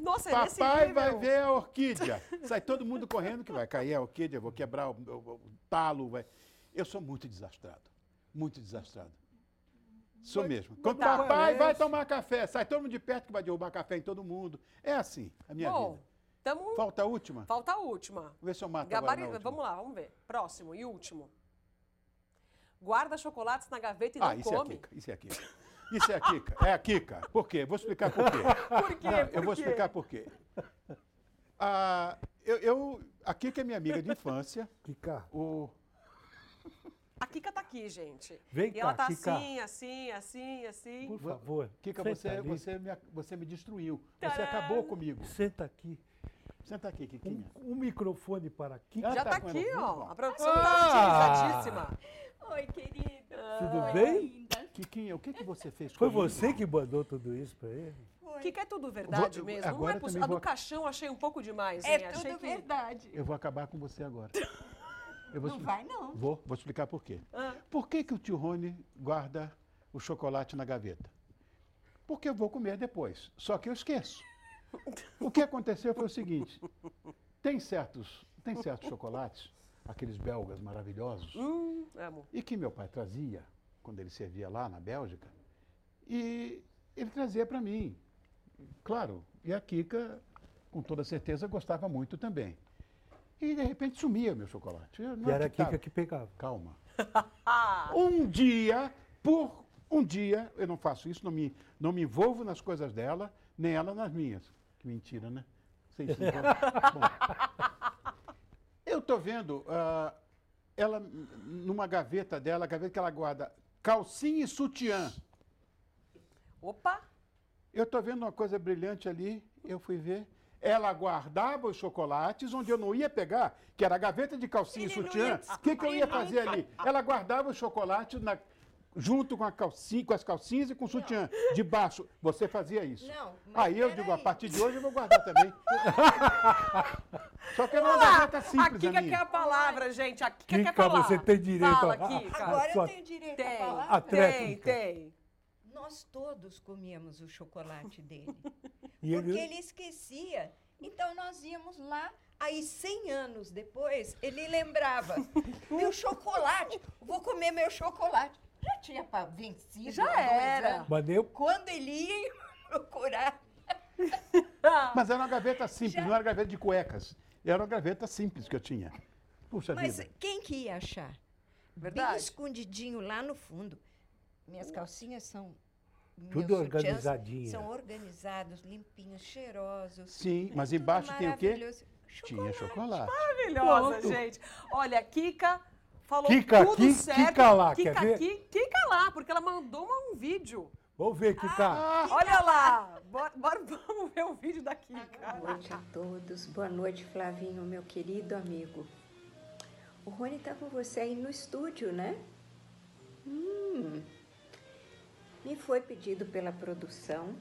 [SPEAKER 2] Nossa, é nesse
[SPEAKER 3] Papai
[SPEAKER 2] nível.
[SPEAKER 3] vai ver a orquídea. Sai todo mundo correndo que vai cair a orquídea, vou quebrar o, o- o talo. Vai. Eu sou muito desastrado. Muito desastrado. Sou mesmo. Quando
[SPEAKER 1] tá.
[SPEAKER 3] papai vai
[SPEAKER 1] Parece.
[SPEAKER 3] tomar café, sai todo mundo de perto que vai derrubar café em todo mundo. É assim a minha
[SPEAKER 2] Bom,
[SPEAKER 3] vida.
[SPEAKER 2] tamo...
[SPEAKER 3] Falta a última? Vamos
[SPEAKER 2] falta a última.
[SPEAKER 3] ver se eu mato
[SPEAKER 2] Gabari...
[SPEAKER 3] agora na última.
[SPEAKER 2] Vamos lá, vamos ver. Próximo e último. Guarda chocolates na gaveta e
[SPEAKER 3] Ah,
[SPEAKER 2] não
[SPEAKER 3] isso é a
[SPEAKER 2] come.
[SPEAKER 3] Kika. Isso é a Kika. Isso é a Kika. É a Kika. Por quê? Vou explicar por quê.
[SPEAKER 2] Por quê? Por
[SPEAKER 3] Não, Ah, eu vou
[SPEAKER 2] quê?
[SPEAKER 3] explicar por quê. Ah, eu, eu, a Kika é minha amiga de infância.
[SPEAKER 1] Kika.
[SPEAKER 3] O,
[SPEAKER 2] A Kika tá aqui, gente.
[SPEAKER 1] Vem
[SPEAKER 2] e
[SPEAKER 1] cá,
[SPEAKER 2] ela tá
[SPEAKER 1] Kika.
[SPEAKER 2] assim, assim, assim, assim.
[SPEAKER 1] Por favor.
[SPEAKER 3] Kika,
[SPEAKER 1] senta
[SPEAKER 3] você, é
[SPEAKER 1] ali.
[SPEAKER 3] você, me, você me destruiu. Você
[SPEAKER 2] Tcharam!
[SPEAKER 3] acabou comigo.
[SPEAKER 1] Senta aqui.
[SPEAKER 3] Senta aqui,
[SPEAKER 1] Um,
[SPEAKER 3] Kikinha.
[SPEAKER 1] um microfone para Kika.
[SPEAKER 3] Ah,
[SPEAKER 2] Já
[SPEAKER 3] tá
[SPEAKER 2] tá
[SPEAKER 3] com
[SPEAKER 2] aqui,
[SPEAKER 3] ela. Muito
[SPEAKER 2] ó.
[SPEAKER 3] bom.
[SPEAKER 2] A produção
[SPEAKER 1] Ah!
[SPEAKER 2] tá utilizadíssima.
[SPEAKER 7] Oi, querido.
[SPEAKER 1] Tudo
[SPEAKER 7] Oi,
[SPEAKER 1] bem?
[SPEAKER 7] Linda.
[SPEAKER 3] Kikinha, o que, que você fez
[SPEAKER 1] Foi
[SPEAKER 3] comigo?
[SPEAKER 1] você que mandou tudo isso para ele?
[SPEAKER 7] Oi.
[SPEAKER 2] Kika, é tudo verdade
[SPEAKER 3] Vou- eu-
[SPEAKER 2] mesmo? Não
[SPEAKER 3] agora
[SPEAKER 2] é
[SPEAKER 3] eu
[SPEAKER 2] possível.
[SPEAKER 3] também
[SPEAKER 2] A do
[SPEAKER 3] vou-
[SPEAKER 2] caixão achei um pouco demais, hein?
[SPEAKER 7] É
[SPEAKER 2] achei
[SPEAKER 7] tudo
[SPEAKER 2] que...
[SPEAKER 7] verdade.
[SPEAKER 3] Eu vou acabar com você agora. Eu vou
[SPEAKER 7] Não
[SPEAKER 3] expli-
[SPEAKER 7] vai, Ah. não.
[SPEAKER 3] Vou, vou explicar por quê. Por que, que o tio Rony guarda o chocolate na gaveta? Porque eu vou comer depois. Só que eu esqueço. O que aconteceu foi o seguinte: tem certos, tem certos chocolates, aqueles belgas maravilhosos,
[SPEAKER 2] Hum, amo.
[SPEAKER 3] e que meu pai trazia quando ele servia lá na Bélgica, e ele trazia para mim. Claro, e a Kika com toda certeza gostava muito também. E de repente sumia meu chocolate. Eu não
[SPEAKER 1] E era a
[SPEAKER 3] acreditava.
[SPEAKER 1] Kika que pegava.
[SPEAKER 3] Calma.
[SPEAKER 2] Ah,
[SPEAKER 3] Um dia, por um dia, eu não faço isso, não me, não me envolvo nas coisas dela, nem ela nas minhas. Que mentira, né? Seis, cinco anos. Bom, eu tô vendo ah, ela hum, numa gaveta dela, a gaveta que ela guarda calcinha e sutiã.
[SPEAKER 2] opa!
[SPEAKER 3] Eu tô vendo uma coisa brilhante ali, eu fui ver. Ela guardava os chocolates onde eu não ia pegar, que era a gaveta de calcinha
[SPEAKER 7] Ele
[SPEAKER 3] e
[SPEAKER 7] não
[SPEAKER 3] sutiã.
[SPEAKER 7] ia
[SPEAKER 3] O que, que eu ia fazer
[SPEAKER 7] descobrir
[SPEAKER 3] ali? Ela guardava os chocolates na- junto com, a calcinha, com as calcinhas e com o sutiã. Debaixo. Você fazia isso.
[SPEAKER 7] Não, mas
[SPEAKER 3] Aí eu
[SPEAKER 7] peraí.
[SPEAKER 3] digo, a partir de hoje eu vou guardar também. Só que era uma
[SPEAKER 1] tá
[SPEAKER 3] gaveta
[SPEAKER 2] a
[SPEAKER 3] simples, a
[SPEAKER 2] Kika quer
[SPEAKER 3] minha.
[SPEAKER 2] é a palavra, gente. é A Kika, quer
[SPEAKER 1] Kika,
[SPEAKER 2] falar.
[SPEAKER 1] você tem direito
[SPEAKER 2] Fala,
[SPEAKER 1] a-
[SPEAKER 2] Kika.
[SPEAKER 1] Ah,
[SPEAKER 7] Agora
[SPEAKER 1] só-
[SPEAKER 7] eu tenho direito a
[SPEAKER 2] Tem,
[SPEAKER 7] falar?
[SPEAKER 1] A
[SPEAKER 2] tem,
[SPEAKER 1] tréplica.
[SPEAKER 2] tem.
[SPEAKER 7] Nós todos comíamos o chocolate dele,
[SPEAKER 1] E
[SPEAKER 7] porque
[SPEAKER 1] ele,
[SPEAKER 7] ele esquecia. Então nós íamos lá, aí 100 anos depois, ele lembrava: meu chocolate, vou comer meu chocolate. Já tinha pa- vencido.
[SPEAKER 2] Já
[SPEAKER 7] há dois
[SPEAKER 2] era.
[SPEAKER 7] anos.
[SPEAKER 1] mas eu
[SPEAKER 7] Quando ele ia procurar,
[SPEAKER 3] Mas era uma gaveta simples,
[SPEAKER 7] Já-
[SPEAKER 3] não era gaveta de cuecas. Era uma gaveta simples que eu tinha. Puxa
[SPEAKER 7] mas
[SPEAKER 3] vida.
[SPEAKER 7] quem que ia achar? Bem
[SPEAKER 2] Verdade.
[SPEAKER 7] escondidinho lá no fundo. Minhas calcinhas são. meus
[SPEAKER 1] Tudo
[SPEAKER 7] sutiãs
[SPEAKER 1] organizadinha.
[SPEAKER 7] São organizados, limpinhos, cheirosos.
[SPEAKER 3] Sim, mas
[SPEAKER 7] é Tudo
[SPEAKER 3] embaixo tem o quê?
[SPEAKER 7] maravilhoso.
[SPEAKER 3] Tinha chocolate.
[SPEAKER 2] Maravilhosa, gente. Olha, Kika falou
[SPEAKER 1] Kika
[SPEAKER 2] tudo
[SPEAKER 1] aqui,
[SPEAKER 2] certo.
[SPEAKER 1] Kika lá,
[SPEAKER 2] Kika
[SPEAKER 1] quer ver?
[SPEAKER 2] aqui, Kika lá, porque ela mandou uma- um vídeo.
[SPEAKER 1] Vou ver, Kika.
[SPEAKER 3] Ah!
[SPEAKER 2] Olha lá. Bora, bora- vamos ver o vídeo da Kika.
[SPEAKER 8] Boa noite a todos. Boa noite, Flavinho, meu querido amigo. O Rony tá com você aí no estúdio, né? Hum. Me foi pedido pela produção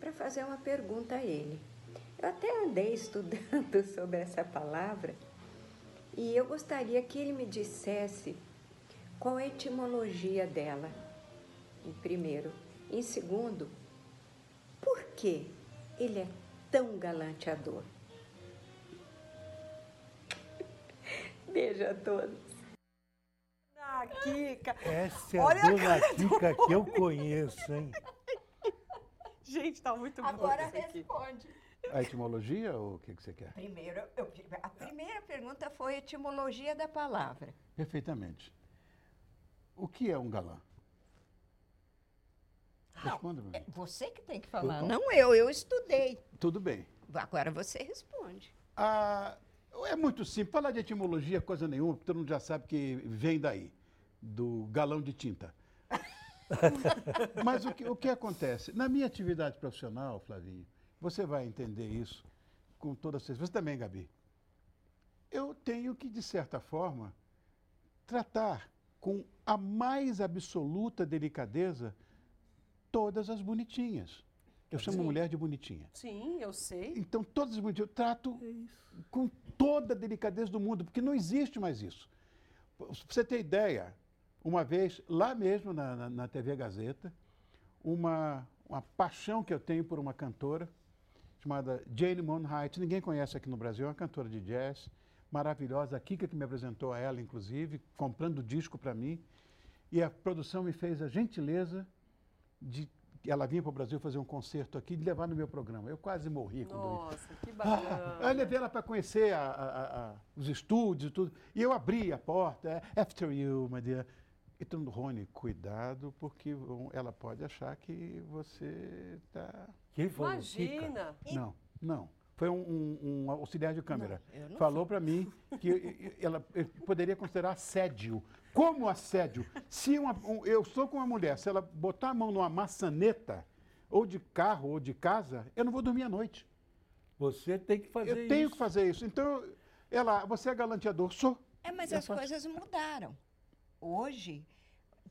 [SPEAKER 8] para fazer uma pergunta a ele. Eu até andei estudando sobre essa palavra e eu gostaria que ele me dissesse qual a etimologia dela, em primeiro. Em segundo, por que ele é tão galanteador? Beijo a todos.
[SPEAKER 2] Ah, Kika.
[SPEAKER 1] Essa é
[SPEAKER 2] Olha
[SPEAKER 1] a
[SPEAKER 2] a
[SPEAKER 1] dona Kika que eu conheço, hein?
[SPEAKER 2] Gente, tá muito bom
[SPEAKER 7] Agora
[SPEAKER 2] isso aqui.
[SPEAKER 7] responde.
[SPEAKER 3] A etimologia ou o que, que você quer?
[SPEAKER 7] Primeiro, eu- a primeira pergunta foi a etimologia da palavra.
[SPEAKER 3] Perfeitamente. O que é um galã? Responda pra
[SPEAKER 7] É
[SPEAKER 3] mim.
[SPEAKER 7] você que tem que falar, não eu. Eu estudei.
[SPEAKER 3] Tudo bem.
[SPEAKER 7] Agora você responde.
[SPEAKER 3] Ah, é muito simples. Falar de etimologia é coisa nenhuma, porque todo mundo já sabe que vem daí, do galão de tinta. Mas o que, o que acontece? Na minha atividade profissional, Flavinho, você vai entender isso com toda certeza. Você também, Gabi. Eu tenho que, de certa forma, tratar com a mais absoluta delicadeza todas as bonitinhas. Eu chamo
[SPEAKER 2] Sim.
[SPEAKER 3] mulher de bonitinha.
[SPEAKER 2] Sim, eu sei.
[SPEAKER 3] Então, todas as bonitinhas eu trato com toda a delicadeza do mundo, porque não existe mais isso. Pra você ter ideia, uma vez, lá mesmo na, na, na TV Gazeta, uma, uma paixão que eu tenho por uma cantora chamada Jane Monheit. Ninguém conhece aqui no Brasil, é uma cantora de jazz maravilhosa. A Kika que me apresentou a ela, inclusive, comprando o disco para mim. E a produção me fez a gentileza de ela vinha para o Brasil fazer um concerto aqui e levar no meu programa. Eu quase morri quando isso.
[SPEAKER 2] Nossa, que
[SPEAKER 3] né? Ah, eu
[SPEAKER 2] bacana.
[SPEAKER 3] levei ela para conhecer a- a- a- a- os estúdios e tudo. E eu abri a porta, é, after you, my dear. E todo mundo, Rony, cuidado, porque vão- ela pode achar que você está.
[SPEAKER 1] Quem falou? Kika?
[SPEAKER 2] Imagina.
[SPEAKER 3] Não, não. Foi um, um- um auxiliar de câmera.
[SPEAKER 7] Não, eu não
[SPEAKER 3] Falou para mim que eu- eu- ela eu poderia considerar assédio. Como assédio? Se uma- um- eu estou com uma mulher, se ela botar a mão numa maçaneta, ou de carro, ou de casa, eu não vou dormir à noite.
[SPEAKER 1] Você tem que fazer
[SPEAKER 3] Eu tenho
[SPEAKER 1] isso.
[SPEAKER 3] que fazer isso. Então, ela, você é galanteador? Sou.
[SPEAKER 7] É, mas
[SPEAKER 3] Eu
[SPEAKER 7] as
[SPEAKER 3] faço.
[SPEAKER 7] coisas mudaram. Hoje,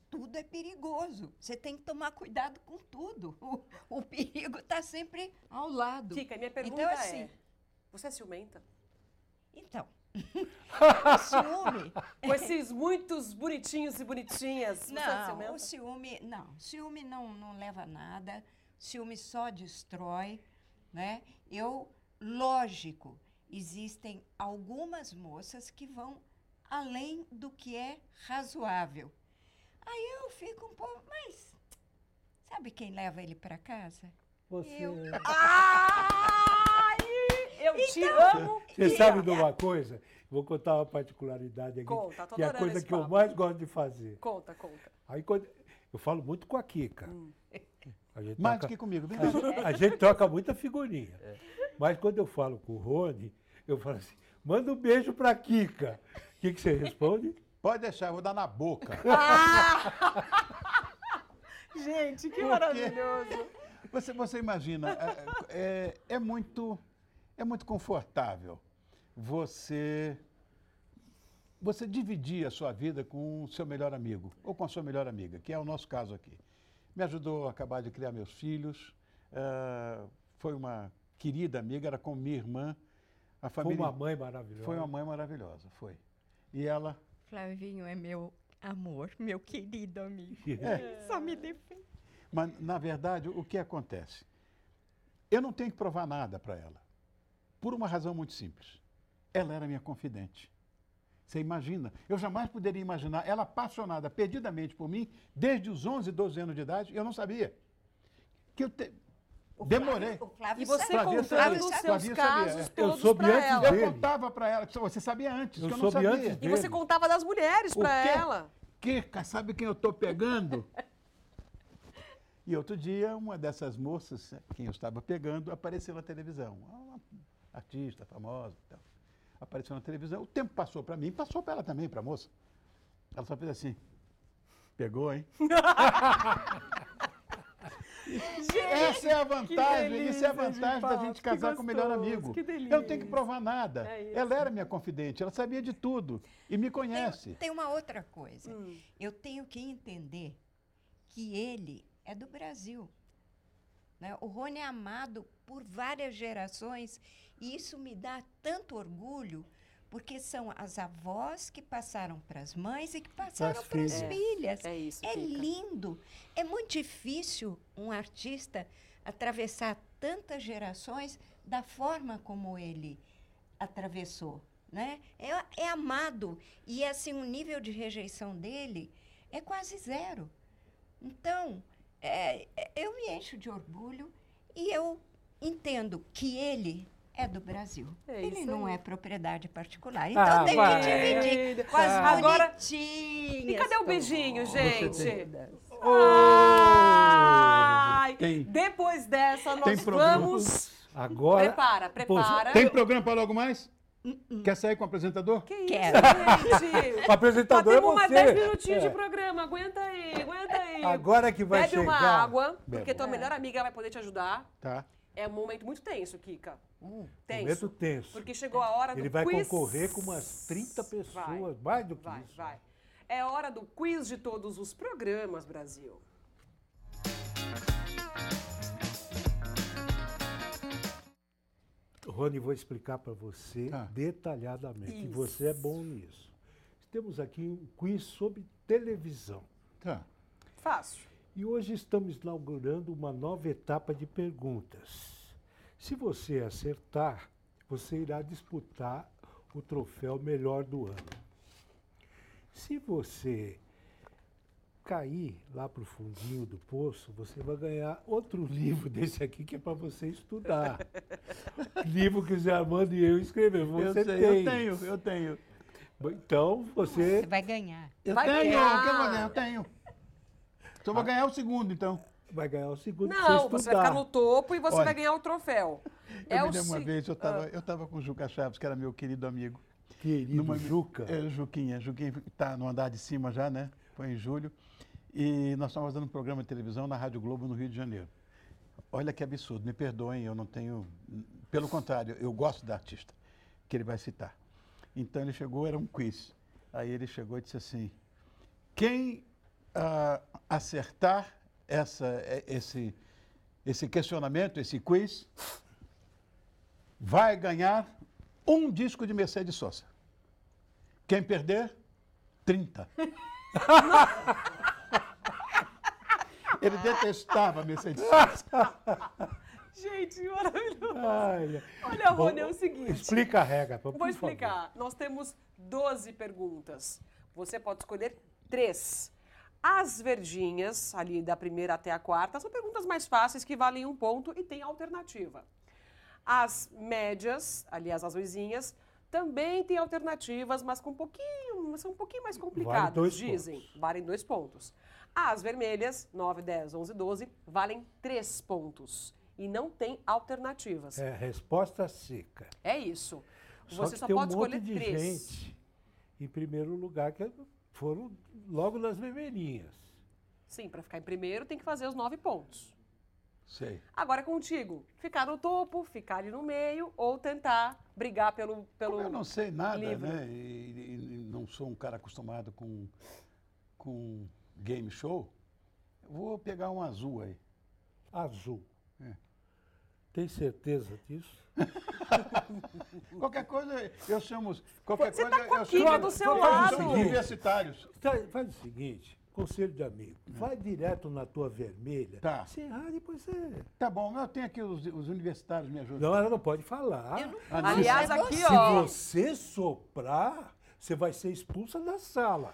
[SPEAKER 7] tudo é perigoso. Você tem que tomar cuidado com tudo. O, o perigo está sempre ao lado.
[SPEAKER 2] Kika, minha pergunta
[SPEAKER 7] Então, assim,
[SPEAKER 2] é, você é ciumenta?
[SPEAKER 7] Então, o ciúme.
[SPEAKER 2] Com esses muitos bonitinhos e bonitinhas, você é
[SPEAKER 7] Não, o
[SPEAKER 2] ciumenta?
[SPEAKER 7] ciúme, não, ciúme não, não leva a nada, ciúme só destrói, né? Eu, lógico, existem algumas moças que vão além do que é razoável. Aí eu fico um pouco, mas sabe quem leva ele para casa?
[SPEAKER 1] Você...
[SPEAKER 7] Eu.
[SPEAKER 2] Ai, Eu te amo.
[SPEAKER 1] Você sabe de uma coisa? Vou contar uma particularidade aqui.
[SPEAKER 2] Conta, tô
[SPEAKER 1] que é a
[SPEAKER 2] adorando
[SPEAKER 1] coisa
[SPEAKER 2] esse
[SPEAKER 1] que eu
[SPEAKER 2] papo.
[SPEAKER 1] mais gosto de fazer.
[SPEAKER 2] Conta, conta.
[SPEAKER 1] Aí quando. Eu falo muito com a Kika.
[SPEAKER 2] Hum.
[SPEAKER 1] A gente
[SPEAKER 3] Mais do
[SPEAKER 1] toca-
[SPEAKER 3] que comigo,
[SPEAKER 1] a
[SPEAKER 3] verdade.
[SPEAKER 1] gente- A gente troca muita figurinha. Mas quando eu falo com o Rony, eu falo assim: manda um beijo pra Kika. O que, que você responde?
[SPEAKER 3] Pode deixar, eu vou dar na boca.
[SPEAKER 2] Ah! Gente, que
[SPEAKER 3] quê?
[SPEAKER 2] maravilhoso.
[SPEAKER 3] Você, você imagina, é- é, é muito, é muito confortável você, você dividir a sua vida com o seu melhor amigo, ou com a sua melhor amiga, que é o nosso caso aqui. Me ajudou a acabar de criar meus filhos, ah, foi uma querida amiga, era como minha irmã. A
[SPEAKER 1] Foi
[SPEAKER 3] família
[SPEAKER 1] uma mãe maravilhosa.
[SPEAKER 3] foi uma mãe maravilhosa, foi. E ela,
[SPEAKER 9] Flavinho é meu amor, meu querido amigo.
[SPEAKER 3] É.
[SPEAKER 9] Só me defende.
[SPEAKER 3] Mas, na verdade, o que acontece? Eu não tenho que provar nada para ela. Por uma razão muito simples. Ela era minha confidente. Você imagina? Eu jamais poderia imaginar ela apaixonada perdidamente por mim desde os 11, 12 anos de idade. Eu não sabia. Que eu te-
[SPEAKER 7] O Flávio-
[SPEAKER 3] demorei.
[SPEAKER 7] o Flávio
[SPEAKER 2] E você
[SPEAKER 7] sabe.
[SPEAKER 3] Flavinha
[SPEAKER 2] contando
[SPEAKER 3] sabia,
[SPEAKER 2] os seus
[SPEAKER 3] Flavinha sabia,
[SPEAKER 2] casos
[SPEAKER 3] é.
[SPEAKER 1] Eu
[SPEAKER 2] todos
[SPEAKER 1] soube
[SPEAKER 2] pra
[SPEAKER 1] antes
[SPEAKER 2] ela.
[SPEAKER 1] dele.
[SPEAKER 3] Eu contava para ela. Você sabia antes,
[SPEAKER 1] Eu
[SPEAKER 3] que eu não
[SPEAKER 1] soube
[SPEAKER 3] sabia.
[SPEAKER 1] antes
[SPEAKER 2] E você
[SPEAKER 1] dele.
[SPEAKER 2] contava das mulheres
[SPEAKER 3] O
[SPEAKER 2] pra
[SPEAKER 3] quê?
[SPEAKER 2] ela.
[SPEAKER 3] Kika, sabe quem eu estou pegando? e outro dia, uma dessas moças, eh, quem eu estava pegando, apareceu na televisão. Uma artista famosa e tal. Apareceu na televisão. O tempo passou para mim, passou para ela também, para a moça. Ela só fez assim. Pegou, hein? Essa é a vantagem, isso é a vantagem da gente casar com o melhor amigo. eu não tenho que É provar nada. ela era minha confidente, ela sabia de tudo e me conhece.
[SPEAKER 7] Tem, tem uma outra coisa.
[SPEAKER 2] Hum,
[SPEAKER 7] Eu tenho que entender que ele é do Brasil. né? O Rony é amado por várias gerações e isso me dá tanto orgulho, porque são as avós que passaram para as mães e que passaram para as
[SPEAKER 1] filhas.
[SPEAKER 7] filhas.
[SPEAKER 2] É isso,
[SPEAKER 7] É
[SPEAKER 2] Kika.
[SPEAKER 7] lindo. É muito difícil um artista atravessar tantas gerações da forma como ele atravessou, né? É, é amado e assim o nível de rejeição dele é quase zero. Então é, é- eu me encho de orgulho e eu entendo que ele é do Brasil.
[SPEAKER 2] É
[SPEAKER 7] ele
[SPEAKER 2] isso
[SPEAKER 7] não
[SPEAKER 2] aí. É.
[SPEAKER 7] é propriedade particular. Então
[SPEAKER 1] Ah,
[SPEAKER 7] tem
[SPEAKER 1] vai.
[SPEAKER 7] que dividir com as
[SPEAKER 2] Agora-
[SPEAKER 7] bonitinhas.
[SPEAKER 2] E cadê o beijinho, gente? Ai,
[SPEAKER 3] Tem-
[SPEAKER 2] Depois dessa,
[SPEAKER 3] Tem
[SPEAKER 2] nós
[SPEAKER 3] problema.
[SPEAKER 2] vamos.
[SPEAKER 1] Agora.
[SPEAKER 2] Prepara, prepara.
[SPEAKER 3] Tem programa para logo mais? Quer sair com o apresentador?
[SPEAKER 2] Que isso,
[SPEAKER 7] Quero.
[SPEAKER 2] gente?
[SPEAKER 1] O apresentador é
[SPEAKER 2] Batemos mais 10
[SPEAKER 1] você.
[SPEAKER 2] minutinhos
[SPEAKER 1] É.
[SPEAKER 2] um de programa. Aguenta aí, aguenta aí.
[SPEAKER 1] Agora que vai
[SPEAKER 2] Bebe
[SPEAKER 1] chegar.
[SPEAKER 2] uma água, porque
[SPEAKER 1] Bebo.
[SPEAKER 2] tua melhor amiga vai poder te ajudar.
[SPEAKER 3] Tá.
[SPEAKER 2] É um momento muito tenso, Kika.
[SPEAKER 3] Hum.
[SPEAKER 2] tenso.
[SPEAKER 1] Momento tenso.
[SPEAKER 2] Porque chegou a hora
[SPEAKER 1] Ele
[SPEAKER 2] do
[SPEAKER 1] vai
[SPEAKER 2] quiz.
[SPEAKER 1] concorrer com umas 30 pessoas,
[SPEAKER 2] Vai,
[SPEAKER 1] mais do que
[SPEAKER 2] vai,
[SPEAKER 1] isso.
[SPEAKER 2] vai. É hora do quiz de todos os programas, Brasil.
[SPEAKER 1] Rony, vou explicar para você
[SPEAKER 3] Tá.
[SPEAKER 1] detalhadamente. E
[SPEAKER 2] Isso.
[SPEAKER 1] você é bom nisso. Temos aqui um quiz sobre televisão.
[SPEAKER 3] Tá.
[SPEAKER 2] Fácil.
[SPEAKER 1] E hoje estamos inaugurando uma nova etapa de perguntas. Se você acertar, você irá disputar o troféu melhor do ano. Se você cair lá para o fundinho do poço, você vai ganhar outro livro desse aqui que é para você estudar. livro que o Zé Armando e eu escrevemos. Você
[SPEAKER 3] eu, sei,
[SPEAKER 1] tem.
[SPEAKER 3] eu tenho, eu tenho.
[SPEAKER 1] Então você
[SPEAKER 7] Você vai ganhar.
[SPEAKER 3] Eu
[SPEAKER 2] Vai
[SPEAKER 3] tenho,
[SPEAKER 2] ganhar.
[SPEAKER 3] eu quero ganhar, eu tenho. Só vou ganhar o segundo, então.
[SPEAKER 1] vai ganhar o segundo pra
[SPEAKER 2] Não,
[SPEAKER 1] você
[SPEAKER 2] você vai
[SPEAKER 1] estudar.
[SPEAKER 2] ficar no topo e você
[SPEAKER 3] Olha,
[SPEAKER 2] vai ganhar o troféu.
[SPEAKER 3] Eu
[SPEAKER 2] é
[SPEAKER 3] me
[SPEAKER 2] o
[SPEAKER 3] lembro uma
[SPEAKER 2] se-
[SPEAKER 3] vez, eu estava eu tava com o Juca Chaves, que era meu querido amigo.
[SPEAKER 1] Querido
[SPEAKER 3] numa-
[SPEAKER 1] Juca.
[SPEAKER 3] É, Juquinha. Juquinha está no andar de cima já, né? Foi em julho. E nós estávamos fazendo um programa de televisão na Rádio Globo, no Rio de Janeiro. Olha que absurdo, me perdoem, eu não tenho. Pelo contrário, eu gosto da artista que ele vai citar. Então ele chegou, era um quiz. Aí ele chegou e disse assim: quem ah, acertar essa, eh, esse, esse questionamento, esse quiz, vai ganhar um disco de Mercedes Sosa. Quem perder, 30. Ele detestava Mercedes Sosa.
[SPEAKER 2] Gente, maravilhoso.
[SPEAKER 1] Ai,
[SPEAKER 2] Olha, Rony, é
[SPEAKER 1] Bom,
[SPEAKER 2] o seguinte.
[SPEAKER 1] Explica a regra, Então, por
[SPEAKER 2] Vou
[SPEAKER 1] favor.
[SPEAKER 2] explicar. Nós temos 12 perguntas. Você pode escolher três. As verdinhas, ali da primeira até a quarta, são perguntas mais fáceis que valem um ponto e tem alternativa. As médias, aliás, azulzinhas, também têm alternativas, mas com um pouquinho, são um pouquinho mais complicadas,
[SPEAKER 1] dois
[SPEAKER 2] dizem.
[SPEAKER 1] pontos.
[SPEAKER 2] Valem dois pontos. As vermelhas, 9, 10, 11, 12, valem três pontos. E não tem alternativas.
[SPEAKER 1] É, resposta seca.
[SPEAKER 2] É isso.
[SPEAKER 1] Só
[SPEAKER 2] Você
[SPEAKER 1] que
[SPEAKER 2] só
[SPEAKER 1] tem
[SPEAKER 2] pode
[SPEAKER 1] um monte
[SPEAKER 2] escolher
[SPEAKER 1] de
[SPEAKER 2] três.
[SPEAKER 1] gente, em primeiro lugar, que foram logo nas vermelhinhas.
[SPEAKER 2] Sim, para ficar em primeiro tem que fazer os nove pontos.
[SPEAKER 3] Sei.
[SPEAKER 2] Agora é contigo. Ficar no topo, ficar ali no meio ou tentar brigar pelo. pelo...
[SPEAKER 3] Como eu não sei nada,
[SPEAKER 2] livro.
[SPEAKER 3] né? E, e- e não sou um cara acostumado com, com game show. eu Vou pegar um azul aí.
[SPEAKER 1] Azul.
[SPEAKER 3] É.
[SPEAKER 1] Tem certeza disso?
[SPEAKER 3] Qualquer coisa eu chamo. Qualquer
[SPEAKER 2] Você
[SPEAKER 3] coisa
[SPEAKER 2] tá com a
[SPEAKER 3] eu
[SPEAKER 2] Kika
[SPEAKER 3] chamo-
[SPEAKER 2] do seu
[SPEAKER 3] eu
[SPEAKER 2] lado.
[SPEAKER 3] chamo Universitários.
[SPEAKER 1] Tá, Faz o seguinte, conselho de amigo, vai direto na tua vermelha.
[SPEAKER 3] É. Tá.
[SPEAKER 1] Se errar, depois você...
[SPEAKER 3] Tá bom, eu tenho aqui os, os universitários me ajudam.
[SPEAKER 1] Não, ela não pode falar.
[SPEAKER 9] Eu não
[SPEAKER 3] Ah, não.
[SPEAKER 2] Aliás,
[SPEAKER 9] Mas
[SPEAKER 2] aqui,
[SPEAKER 9] você-
[SPEAKER 1] Se
[SPEAKER 2] ó.
[SPEAKER 1] você soprar, você vai ser expulsa da sala.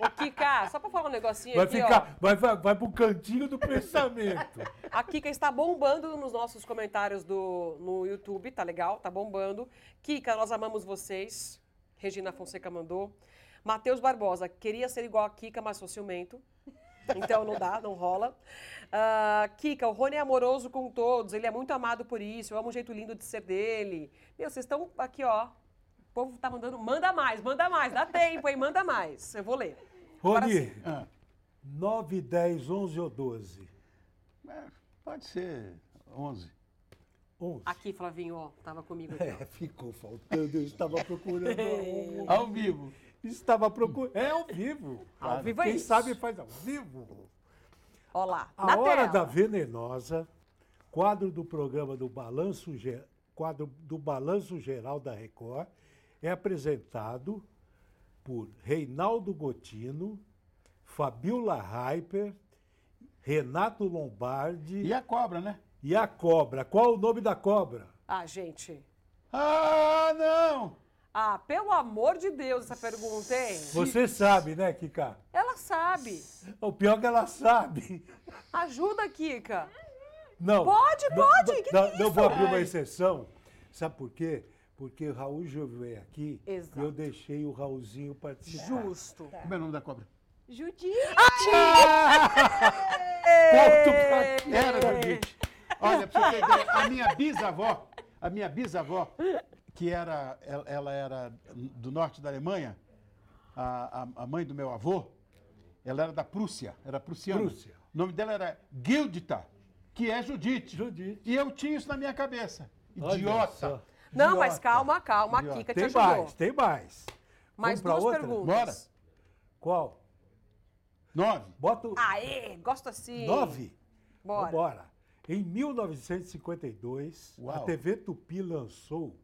[SPEAKER 2] Ô, Kika, só pra falar um negocinho
[SPEAKER 1] Vai
[SPEAKER 2] aqui,
[SPEAKER 1] ficar, vai, vai, vai pro cantinho do pensamento.
[SPEAKER 2] ó. A Kika está bombando nos nossos comentários do, no YouTube, tá legal? Tá bombando. Kika, nós amamos vocês. Regina Fonseca mandou. Matheus Barbosa, queria ser igual a Kika, mas sou ciumento. Então não dá, não rola. Ah, Kika, o Rony é amoroso com todos, ele é muito amado por isso, eu amo o jeito lindo de ser dele. Meu, vocês estão aqui, ó. O povo tá mandando, manda mais, manda mais, dá tempo, hein? Manda mais. Eu vou ler. Agora sim.
[SPEAKER 1] Rony,
[SPEAKER 3] Ah,
[SPEAKER 1] 9, 10, 11 ou 12?
[SPEAKER 3] mas é, pode ser 11.
[SPEAKER 1] 11.
[SPEAKER 2] Aqui, Flavinho, ó, tava comigo aqui. ó.
[SPEAKER 1] É, ficou faltando, eu estava procurando. a-
[SPEAKER 3] Ao vivo.
[SPEAKER 1] estava procurando. É ao vivo.
[SPEAKER 2] Ao vivo é
[SPEAKER 1] Quem
[SPEAKER 2] isso.
[SPEAKER 1] sabe faz ao vivo.
[SPEAKER 2] Ó lá,
[SPEAKER 1] A
[SPEAKER 2] na
[SPEAKER 1] Hora
[SPEAKER 2] tela.
[SPEAKER 1] da Venenosa, quadro do programa do Balanço, Ge- quadro do Balanço Geral da Record, é apresentado por Reinaldo Gotino, Fabiola Hyper, Renato Lombardi
[SPEAKER 3] E a cobra, né?
[SPEAKER 1] e a Cobra. Qual o nome da cobra?
[SPEAKER 2] Ah, gente.
[SPEAKER 3] Ah, não!
[SPEAKER 2] Ah, pelo amor de Deus, essa pergunta, hein?
[SPEAKER 1] Você sabe, né, Kika?
[SPEAKER 2] Ela sabe.
[SPEAKER 1] O pior é que ela sabe.
[SPEAKER 2] Ajuda, Kika.
[SPEAKER 1] Não.
[SPEAKER 2] Pode,
[SPEAKER 1] não,
[SPEAKER 2] pode,
[SPEAKER 1] Não,
[SPEAKER 2] que que
[SPEAKER 1] não,
[SPEAKER 2] é
[SPEAKER 1] não
[SPEAKER 2] isso?
[SPEAKER 1] vou abrir uma
[SPEAKER 3] Ai.
[SPEAKER 1] exceção. Sabe por quê? Porque o Raul Jovem é aqui
[SPEAKER 2] Exato.
[SPEAKER 1] e eu deixei o Raulzinho participar.
[SPEAKER 2] Justo.
[SPEAKER 3] Como é o nome da cobra?
[SPEAKER 9] Judite!
[SPEAKER 1] Ponto pra ti.
[SPEAKER 3] Era, Judite. Olha, pra você ter ideia, a minha bisavó, a minha bisavó, que era, ela, ela era do norte da Alemanha, a, a- a mãe do meu avô, ela era da Prússia, era prussiana.
[SPEAKER 1] Prússia.
[SPEAKER 3] O nome dela era Gildita, que é Judite.
[SPEAKER 1] Judite.
[SPEAKER 3] E eu tinha isso na minha cabeça.
[SPEAKER 1] Olha
[SPEAKER 3] Idiota.
[SPEAKER 1] só.
[SPEAKER 2] Não, mas
[SPEAKER 1] Idiota.
[SPEAKER 2] calma, calma. A
[SPEAKER 3] Idiota.
[SPEAKER 2] Kika te
[SPEAKER 1] Tem
[SPEAKER 2] ajudou.
[SPEAKER 1] mais, tem mais.
[SPEAKER 2] Mais
[SPEAKER 1] Vamos pra
[SPEAKER 2] duas
[SPEAKER 1] outra?
[SPEAKER 2] perguntas.
[SPEAKER 3] Bora.
[SPEAKER 1] Qual?
[SPEAKER 3] Nove.
[SPEAKER 1] Bota o
[SPEAKER 2] Aê, gosto assim.
[SPEAKER 1] nove.
[SPEAKER 2] Bora.
[SPEAKER 1] Vambora. Em 1952, a
[SPEAKER 3] Uau.
[SPEAKER 1] TV Tupi lançou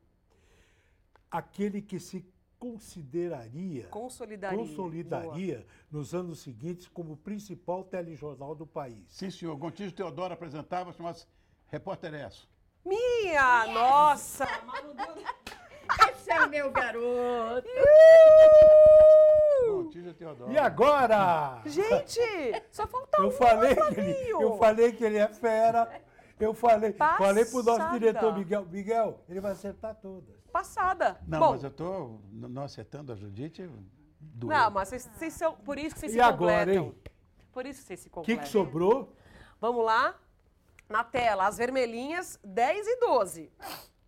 [SPEAKER 1] aquele que se consideraria
[SPEAKER 2] Consolidaria.
[SPEAKER 1] consolidaria nos anos seguintes como o principal telejornal do país.
[SPEAKER 3] Sim, senhor. Gontijo Teodoro apresentava, chamava-se Repórter Esso.
[SPEAKER 2] Boa. Minha nossa.
[SPEAKER 9] Esse é o meu garoto!
[SPEAKER 3] Gontijo Teodoro.
[SPEAKER 1] Uh! E agora?
[SPEAKER 2] Gente, só falta
[SPEAKER 1] Eu
[SPEAKER 2] um,
[SPEAKER 1] falei, que ele,
[SPEAKER 2] Flavinho.
[SPEAKER 1] eu falei que ele é fera. Eu falei, falei pro nosso
[SPEAKER 2] Passada.
[SPEAKER 1] diretor Miguel, Miguel, ele vai acertar todas.
[SPEAKER 2] Passada.
[SPEAKER 3] Não,
[SPEAKER 2] Bom,
[SPEAKER 3] mas
[SPEAKER 1] é
[SPEAKER 3] eu tô n- não acertando a Judite. doeu.
[SPEAKER 2] não, mas vocês, vocês são... Por isso que vocês
[SPEAKER 1] E
[SPEAKER 2] se
[SPEAKER 1] agora,
[SPEAKER 2] completam.
[SPEAKER 1] hein?
[SPEAKER 2] Por isso que vocês se
[SPEAKER 1] O que,
[SPEAKER 2] completam.
[SPEAKER 1] que sobrou?
[SPEAKER 2] Vamos lá. Na tela, as vermelhinhas, 10 e 12.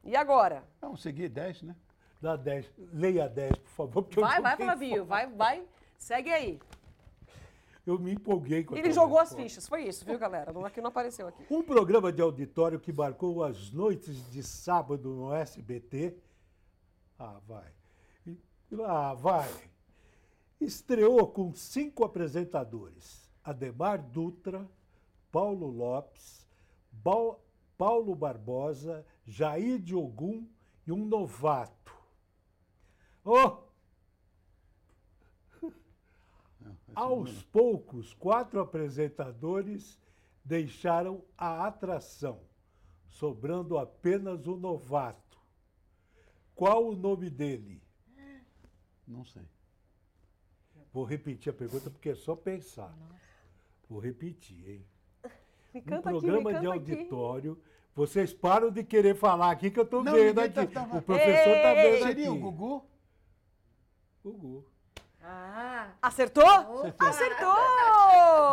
[SPEAKER 2] E agora?
[SPEAKER 3] Não, segui 10, né?
[SPEAKER 1] Dá 10. Leia 10, por favor. Porque
[SPEAKER 2] Vai,
[SPEAKER 1] eu
[SPEAKER 2] vai,
[SPEAKER 1] fiquei
[SPEAKER 2] Flavinho. Vai, vai. Segue aí.
[SPEAKER 1] Eu me empolguei com
[SPEAKER 2] Ele
[SPEAKER 1] aquela
[SPEAKER 2] jogou as
[SPEAKER 1] resposta.
[SPEAKER 2] fichas. Foi isso, viu, galera? Não, aqui não apareceu aqui.
[SPEAKER 1] Um programa de auditório que marcou as noites de sábado no SBT. Ah, vai. E- Ah, vai. Estreou com cinco apresentadores: Ademar Dutra, Paulo Lopes, Bau- Paulo Barbosa, Jair Diogum e um novato. Oh!
[SPEAKER 3] é
[SPEAKER 1] Aos poucos, quatro apresentadores deixaram a atração, sobrando apenas o novato. Qual o nome dele?
[SPEAKER 3] Não sei.
[SPEAKER 1] Vou repetir a pergunta porque é só pensar. Vou repetir, hein?
[SPEAKER 2] Me
[SPEAKER 1] Um
[SPEAKER 2] canta aqui, me
[SPEAKER 1] programa
[SPEAKER 2] canta
[SPEAKER 1] de
[SPEAKER 2] aqui.
[SPEAKER 1] auditório, Vocês param de querer falar aqui que eu estou
[SPEAKER 3] Não,
[SPEAKER 1] vendo
[SPEAKER 3] ninguém
[SPEAKER 1] aqui.
[SPEAKER 3] tá- tava-
[SPEAKER 1] O professor está
[SPEAKER 2] Ei!
[SPEAKER 1] vendo
[SPEAKER 3] Seria o
[SPEAKER 1] aqui.
[SPEAKER 3] Gugu?
[SPEAKER 1] Gugu.
[SPEAKER 8] Ah,
[SPEAKER 2] Acertou?
[SPEAKER 8] Opa!
[SPEAKER 2] Acertou!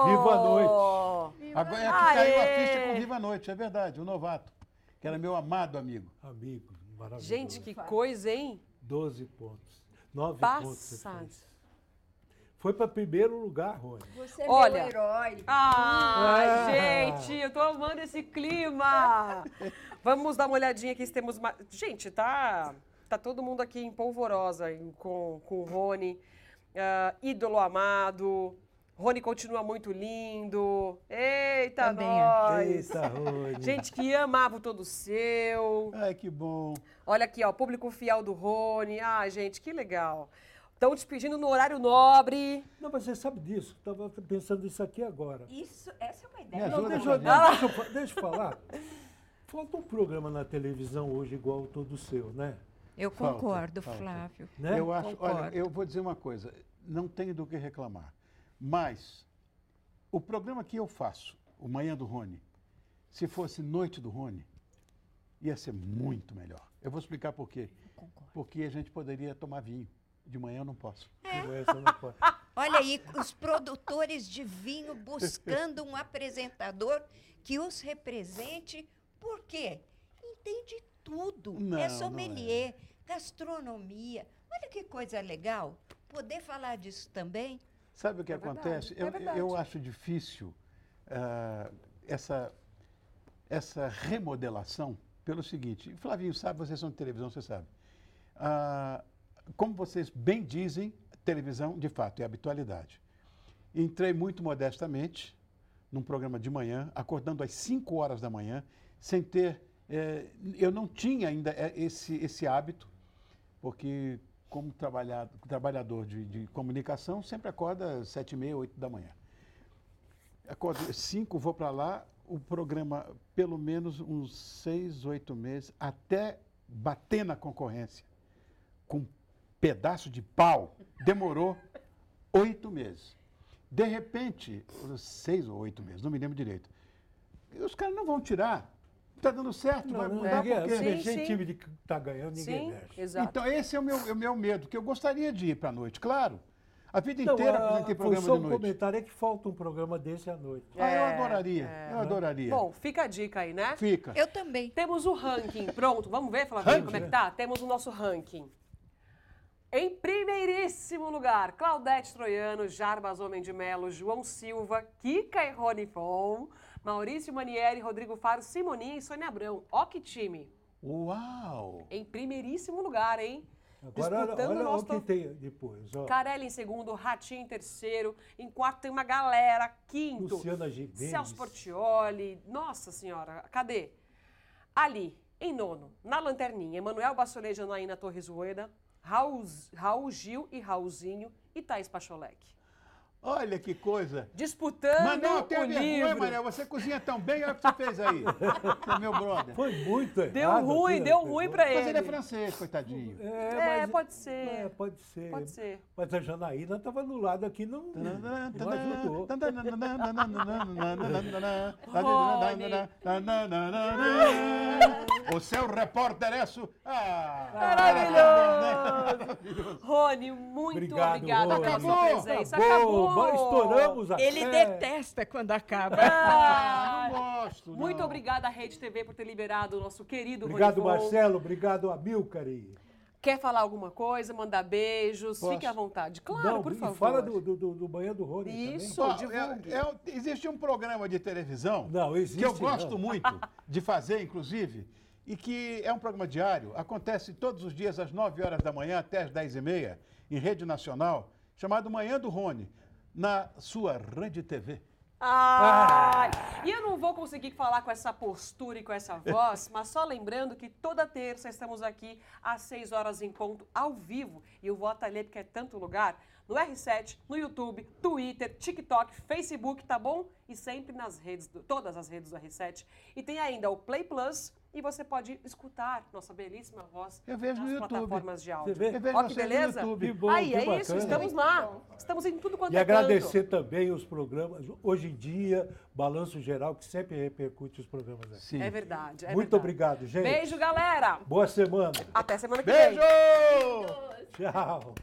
[SPEAKER 1] Viva a noite.
[SPEAKER 3] Agora é que caiu a
[SPEAKER 2] Aê!
[SPEAKER 3] ficha com Viva a Noite, é verdade, o novato, que era meu amado amigo.
[SPEAKER 1] Amigo, maravilhoso.
[SPEAKER 2] Gente, que coisa, hein?
[SPEAKER 1] 12 pontos. 9 pontos. você
[SPEAKER 2] Passado.
[SPEAKER 1] fez. Foi para primeiro lugar, Rony.
[SPEAKER 8] você é meu
[SPEAKER 2] Olha.
[SPEAKER 8] herói.
[SPEAKER 2] Ah,
[SPEAKER 1] Ah.
[SPEAKER 2] gente, eu tô amando esse clima. Vamos dar uma olhadinha aqui se temos mais. Gente, tá, tá todo mundo aqui em polvorosa em- com, com o Rony. Ah, ídolo amado. Rony continua muito lindo. Eita,
[SPEAKER 9] Também
[SPEAKER 2] nós.
[SPEAKER 1] Eita, Rony.
[SPEAKER 2] Gente que amava o todo seu.
[SPEAKER 3] Ai, que bom.
[SPEAKER 2] Olha aqui, ó, público fiel do Rony. Ah, gente, que legal. Estão te pedindo no horário nobre.
[SPEAKER 1] Não, mas você sabe disso. Estava pensando isso aqui agora.
[SPEAKER 8] Isso, essa é uma
[SPEAKER 3] Me
[SPEAKER 8] ideia.
[SPEAKER 1] Não,
[SPEAKER 3] ajuda,
[SPEAKER 1] deixa, eu,
[SPEAKER 3] Flavinha.
[SPEAKER 1] deixa, eu, fa- deixa eu falar. Falta um programa na televisão hoje igual o todo seu, né?
[SPEAKER 9] Eu
[SPEAKER 3] Falta,
[SPEAKER 9] concordo,
[SPEAKER 3] falta.
[SPEAKER 9] Flávio.
[SPEAKER 1] né?
[SPEAKER 3] Eu acho, olha,
[SPEAKER 9] Concordo.
[SPEAKER 3] eu vou dizer uma coisa, não tenho do que reclamar. Mas o programa que eu faço, o Manhã do Rony, se fosse Noite do Rony, ia ser muito melhor. Eu vou explicar por quê. Porque a gente poderia tomar vinho. De manhã eu não posso.
[SPEAKER 1] Conversa não pode.
[SPEAKER 7] Olha aí, os produtores de vinho buscando um apresentador que os represente. Por quê? Entende tudo.
[SPEAKER 3] Não, não é.
[SPEAKER 7] é sommelier, gastronomia. Olha que coisa legal. Poder falar disso também.
[SPEAKER 3] Sabe o que
[SPEAKER 2] É
[SPEAKER 3] acontece?
[SPEAKER 2] verdade, é
[SPEAKER 3] eu,
[SPEAKER 2] verdade.
[SPEAKER 3] eu acho difícil ah, essa, essa remodelação pelo seguinte. Flavinho sabe, vocês são de televisão, você sabe. Ah, como vocês bem dizem, televisão, de fato, é habitualidade. Entrei muito modestamente num programa de manhã, acordando às 5 horas da manhã, sem ter. eh, eu não tinha ainda eh, esse, esse hábito, porque como trabalhado- trabalhador de, de comunicação, sempre acorda às 7 e meia, 8 da manhã. Acordo às 5, vou para lá, o programa, pelo menos uns 6, 8 meses, até bater na concorrência com um pedaço de pau, demorou oito meses. De repente, seis ou oito meses, não me lembro direito. E Os caras não vão tirar. Está dando certo, vai mudar
[SPEAKER 1] ninguém,
[SPEAKER 3] por quê?
[SPEAKER 1] ninguém-
[SPEAKER 2] Sim, sim.
[SPEAKER 1] time de que tá ganhando, ninguém
[SPEAKER 2] Sim,
[SPEAKER 1] mexe.
[SPEAKER 2] exato.
[SPEAKER 3] Então, esse é o meu, é o meu medo, que eu gostaria de ir para a noite, claro. A vida
[SPEAKER 1] Não,
[SPEAKER 3] inteira
[SPEAKER 1] a,
[SPEAKER 3] apresentei
[SPEAKER 1] a
[SPEAKER 3] programa de
[SPEAKER 1] função do
[SPEAKER 3] noite.
[SPEAKER 1] comentário é que falta um programa desse à noite.
[SPEAKER 3] Ah, eu
[SPEAKER 2] É,
[SPEAKER 3] adoraria, eu adoraria.
[SPEAKER 2] Bom, fica a dica aí, né?
[SPEAKER 3] Fica.
[SPEAKER 7] Eu também.
[SPEAKER 2] Temos o ranking. Pronto, vamos ver, Flavinho,
[SPEAKER 3] Ranking?
[SPEAKER 2] como é que tá? Temos o nosso ranking. Em primeiríssimo lugar, Claudete Troiano, Jarbas Homem de Melo, João Silva, Kika e Rony Fon, Maurício Manieri, Rodrigo Faro, Simoninha e Sônia Abrão. Ó que time.
[SPEAKER 3] Uau!
[SPEAKER 2] Em primeiríssimo lugar, hein?
[SPEAKER 1] Agora olha,
[SPEAKER 2] Disputando o
[SPEAKER 1] olha
[SPEAKER 2] nosso
[SPEAKER 1] o que tem depois. Ó.
[SPEAKER 2] Carelli em segundo, Ratinho em terceiro, em quarto tem uma galera, quinto.
[SPEAKER 1] Luciana Gimenez.
[SPEAKER 2] Celso Portioli, nossa senhora, cadê? Ali, em nono, na lanterninha, Emanuel Bassolet, Janaína Torres Rueda, Raul, Raul Gil e Raulzinho e Thaís Pacholek.
[SPEAKER 3] Olha que coisa!
[SPEAKER 2] Disputando
[SPEAKER 3] Mas não
[SPEAKER 2] o
[SPEAKER 3] tenha vergonha,
[SPEAKER 2] livro.
[SPEAKER 3] Manel, você cozinha tão bem, olha o que você fez aí. Você é meu brother.
[SPEAKER 1] Foi muito errado.
[SPEAKER 2] Deu ruim,
[SPEAKER 1] aquilo,
[SPEAKER 2] deu
[SPEAKER 1] né?
[SPEAKER 2] ruim pra
[SPEAKER 3] Mas ele é
[SPEAKER 2] ele.
[SPEAKER 3] francês, coitadinho.
[SPEAKER 1] É,
[SPEAKER 2] É,
[SPEAKER 1] mas-
[SPEAKER 2] pode ser.
[SPEAKER 1] é, pode ser.
[SPEAKER 2] Pode ser.
[SPEAKER 1] Mas a Janaína estava do lado aqui, não, não ajudou.
[SPEAKER 3] O seu repórter é su... ah,
[SPEAKER 2] é
[SPEAKER 3] é.
[SPEAKER 2] Maravilhoso! Rony, muito
[SPEAKER 1] Obrigado,
[SPEAKER 2] obrigada pela
[SPEAKER 3] Rony.
[SPEAKER 2] sua
[SPEAKER 3] Acabou,
[SPEAKER 2] presença.
[SPEAKER 1] Acabou, ba- estouramos né? a
[SPEAKER 9] Ele
[SPEAKER 1] É,
[SPEAKER 9] detesta quando acaba.
[SPEAKER 2] Ah,
[SPEAKER 3] Não gosto. não.
[SPEAKER 2] muito obrigada, Rede TV, por ter liberado o nosso querido
[SPEAKER 1] Obrigado,
[SPEAKER 2] Rony Von.
[SPEAKER 1] Marcelo. Obrigado, Amilcar. e-
[SPEAKER 2] Quer falar alguma coisa, mandar beijos?
[SPEAKER 3] Posso?
[SPEAKER 2] Fique à vontade. Claro,
[SPEAKER 1] não,
[SPEAKER 2] por
[SPEAKER 1] e
[SPEAKER 2] favor.
[SPEAKER 1] fala do, do, do, do banheiro do Rony
[SPEAKER 2] Isso.
[SPEAKER 3] Ó,
[SPEAKER 2] divulgue.
[SPEAKER 3] é- é- existe um programa de televisão
[SPEAKER 1] também. Não, existe.
[SPEAKER 3] que eu
[SPEAKER 1] não.
[SPEAKER 3] gosto muito de fazer, inclusive, e que é um programa diário, acontece todos os dias às 9 horas da manhã até às 10 e meia, em rede nacional, chamado Manhã do Rony, na sua Rede TV.
[SPEAKER 2] Ai,
[SPEAKER 1] Ah.
[SPEAKER 2] E eu não vou conseguir falar com essa postura e com essa voz, mas só lembrando que toda terça estamos aqui às 6 horas em ponto, ao vivo. E eu vou atalhar porque é tanto lugar, no R7, no YouTube, Twitter, TikTok, Facebook, tá bom? E sempre nas redes, do- todas as redes do R7. E tem ainda o Play Plus e você pode escutar nossa belíssima
[SPEAKER 1] É
[SPEAKER 2] voz
[SPEAKER 3] Eu vejo
[SPEAKER 2] nas
[SPEAKER 3] no YouTube.
[SPEAKER 2] plataformas de áudio.
[SPEAKER 3] Você vê? Eu vejo
[SPEAKER 2] Ó que
[SPEAKER 3] vocês no
[SPEAKER 2] beleza!
[SPEAKER 3] YouTube. Que bom,
[SPEAKER 2] Aí,
[SPEAKER 3] que
[SPEAKER 2] é
[SPEAKER 3] bacana.
[SPEAKER 2] isso, estamos lá. Estamos em tudo quanto
[SPEAKER 1] E
[SPEAKER 2] é canto.
[SPEAKER 1] agradecer também os programas. Hoje em dia, Balanço Geral, que sempre repercute os programas aqui.
[SPEAKER 3] Sim.
[SPEAKER 2] É verdade. é
[SPEAKER 1] Muito
[SPEAKER 2] verdade.
[SPEAKER 1] obrigado, gente.
[SPEAKER 2] Beijo, galera.
[SPEAKER 1] Boa semana.
[SPEAKER 2] Até semana que vem.
[SPEAKER 3] Beijo!
[SPEAKER 1] Tchau.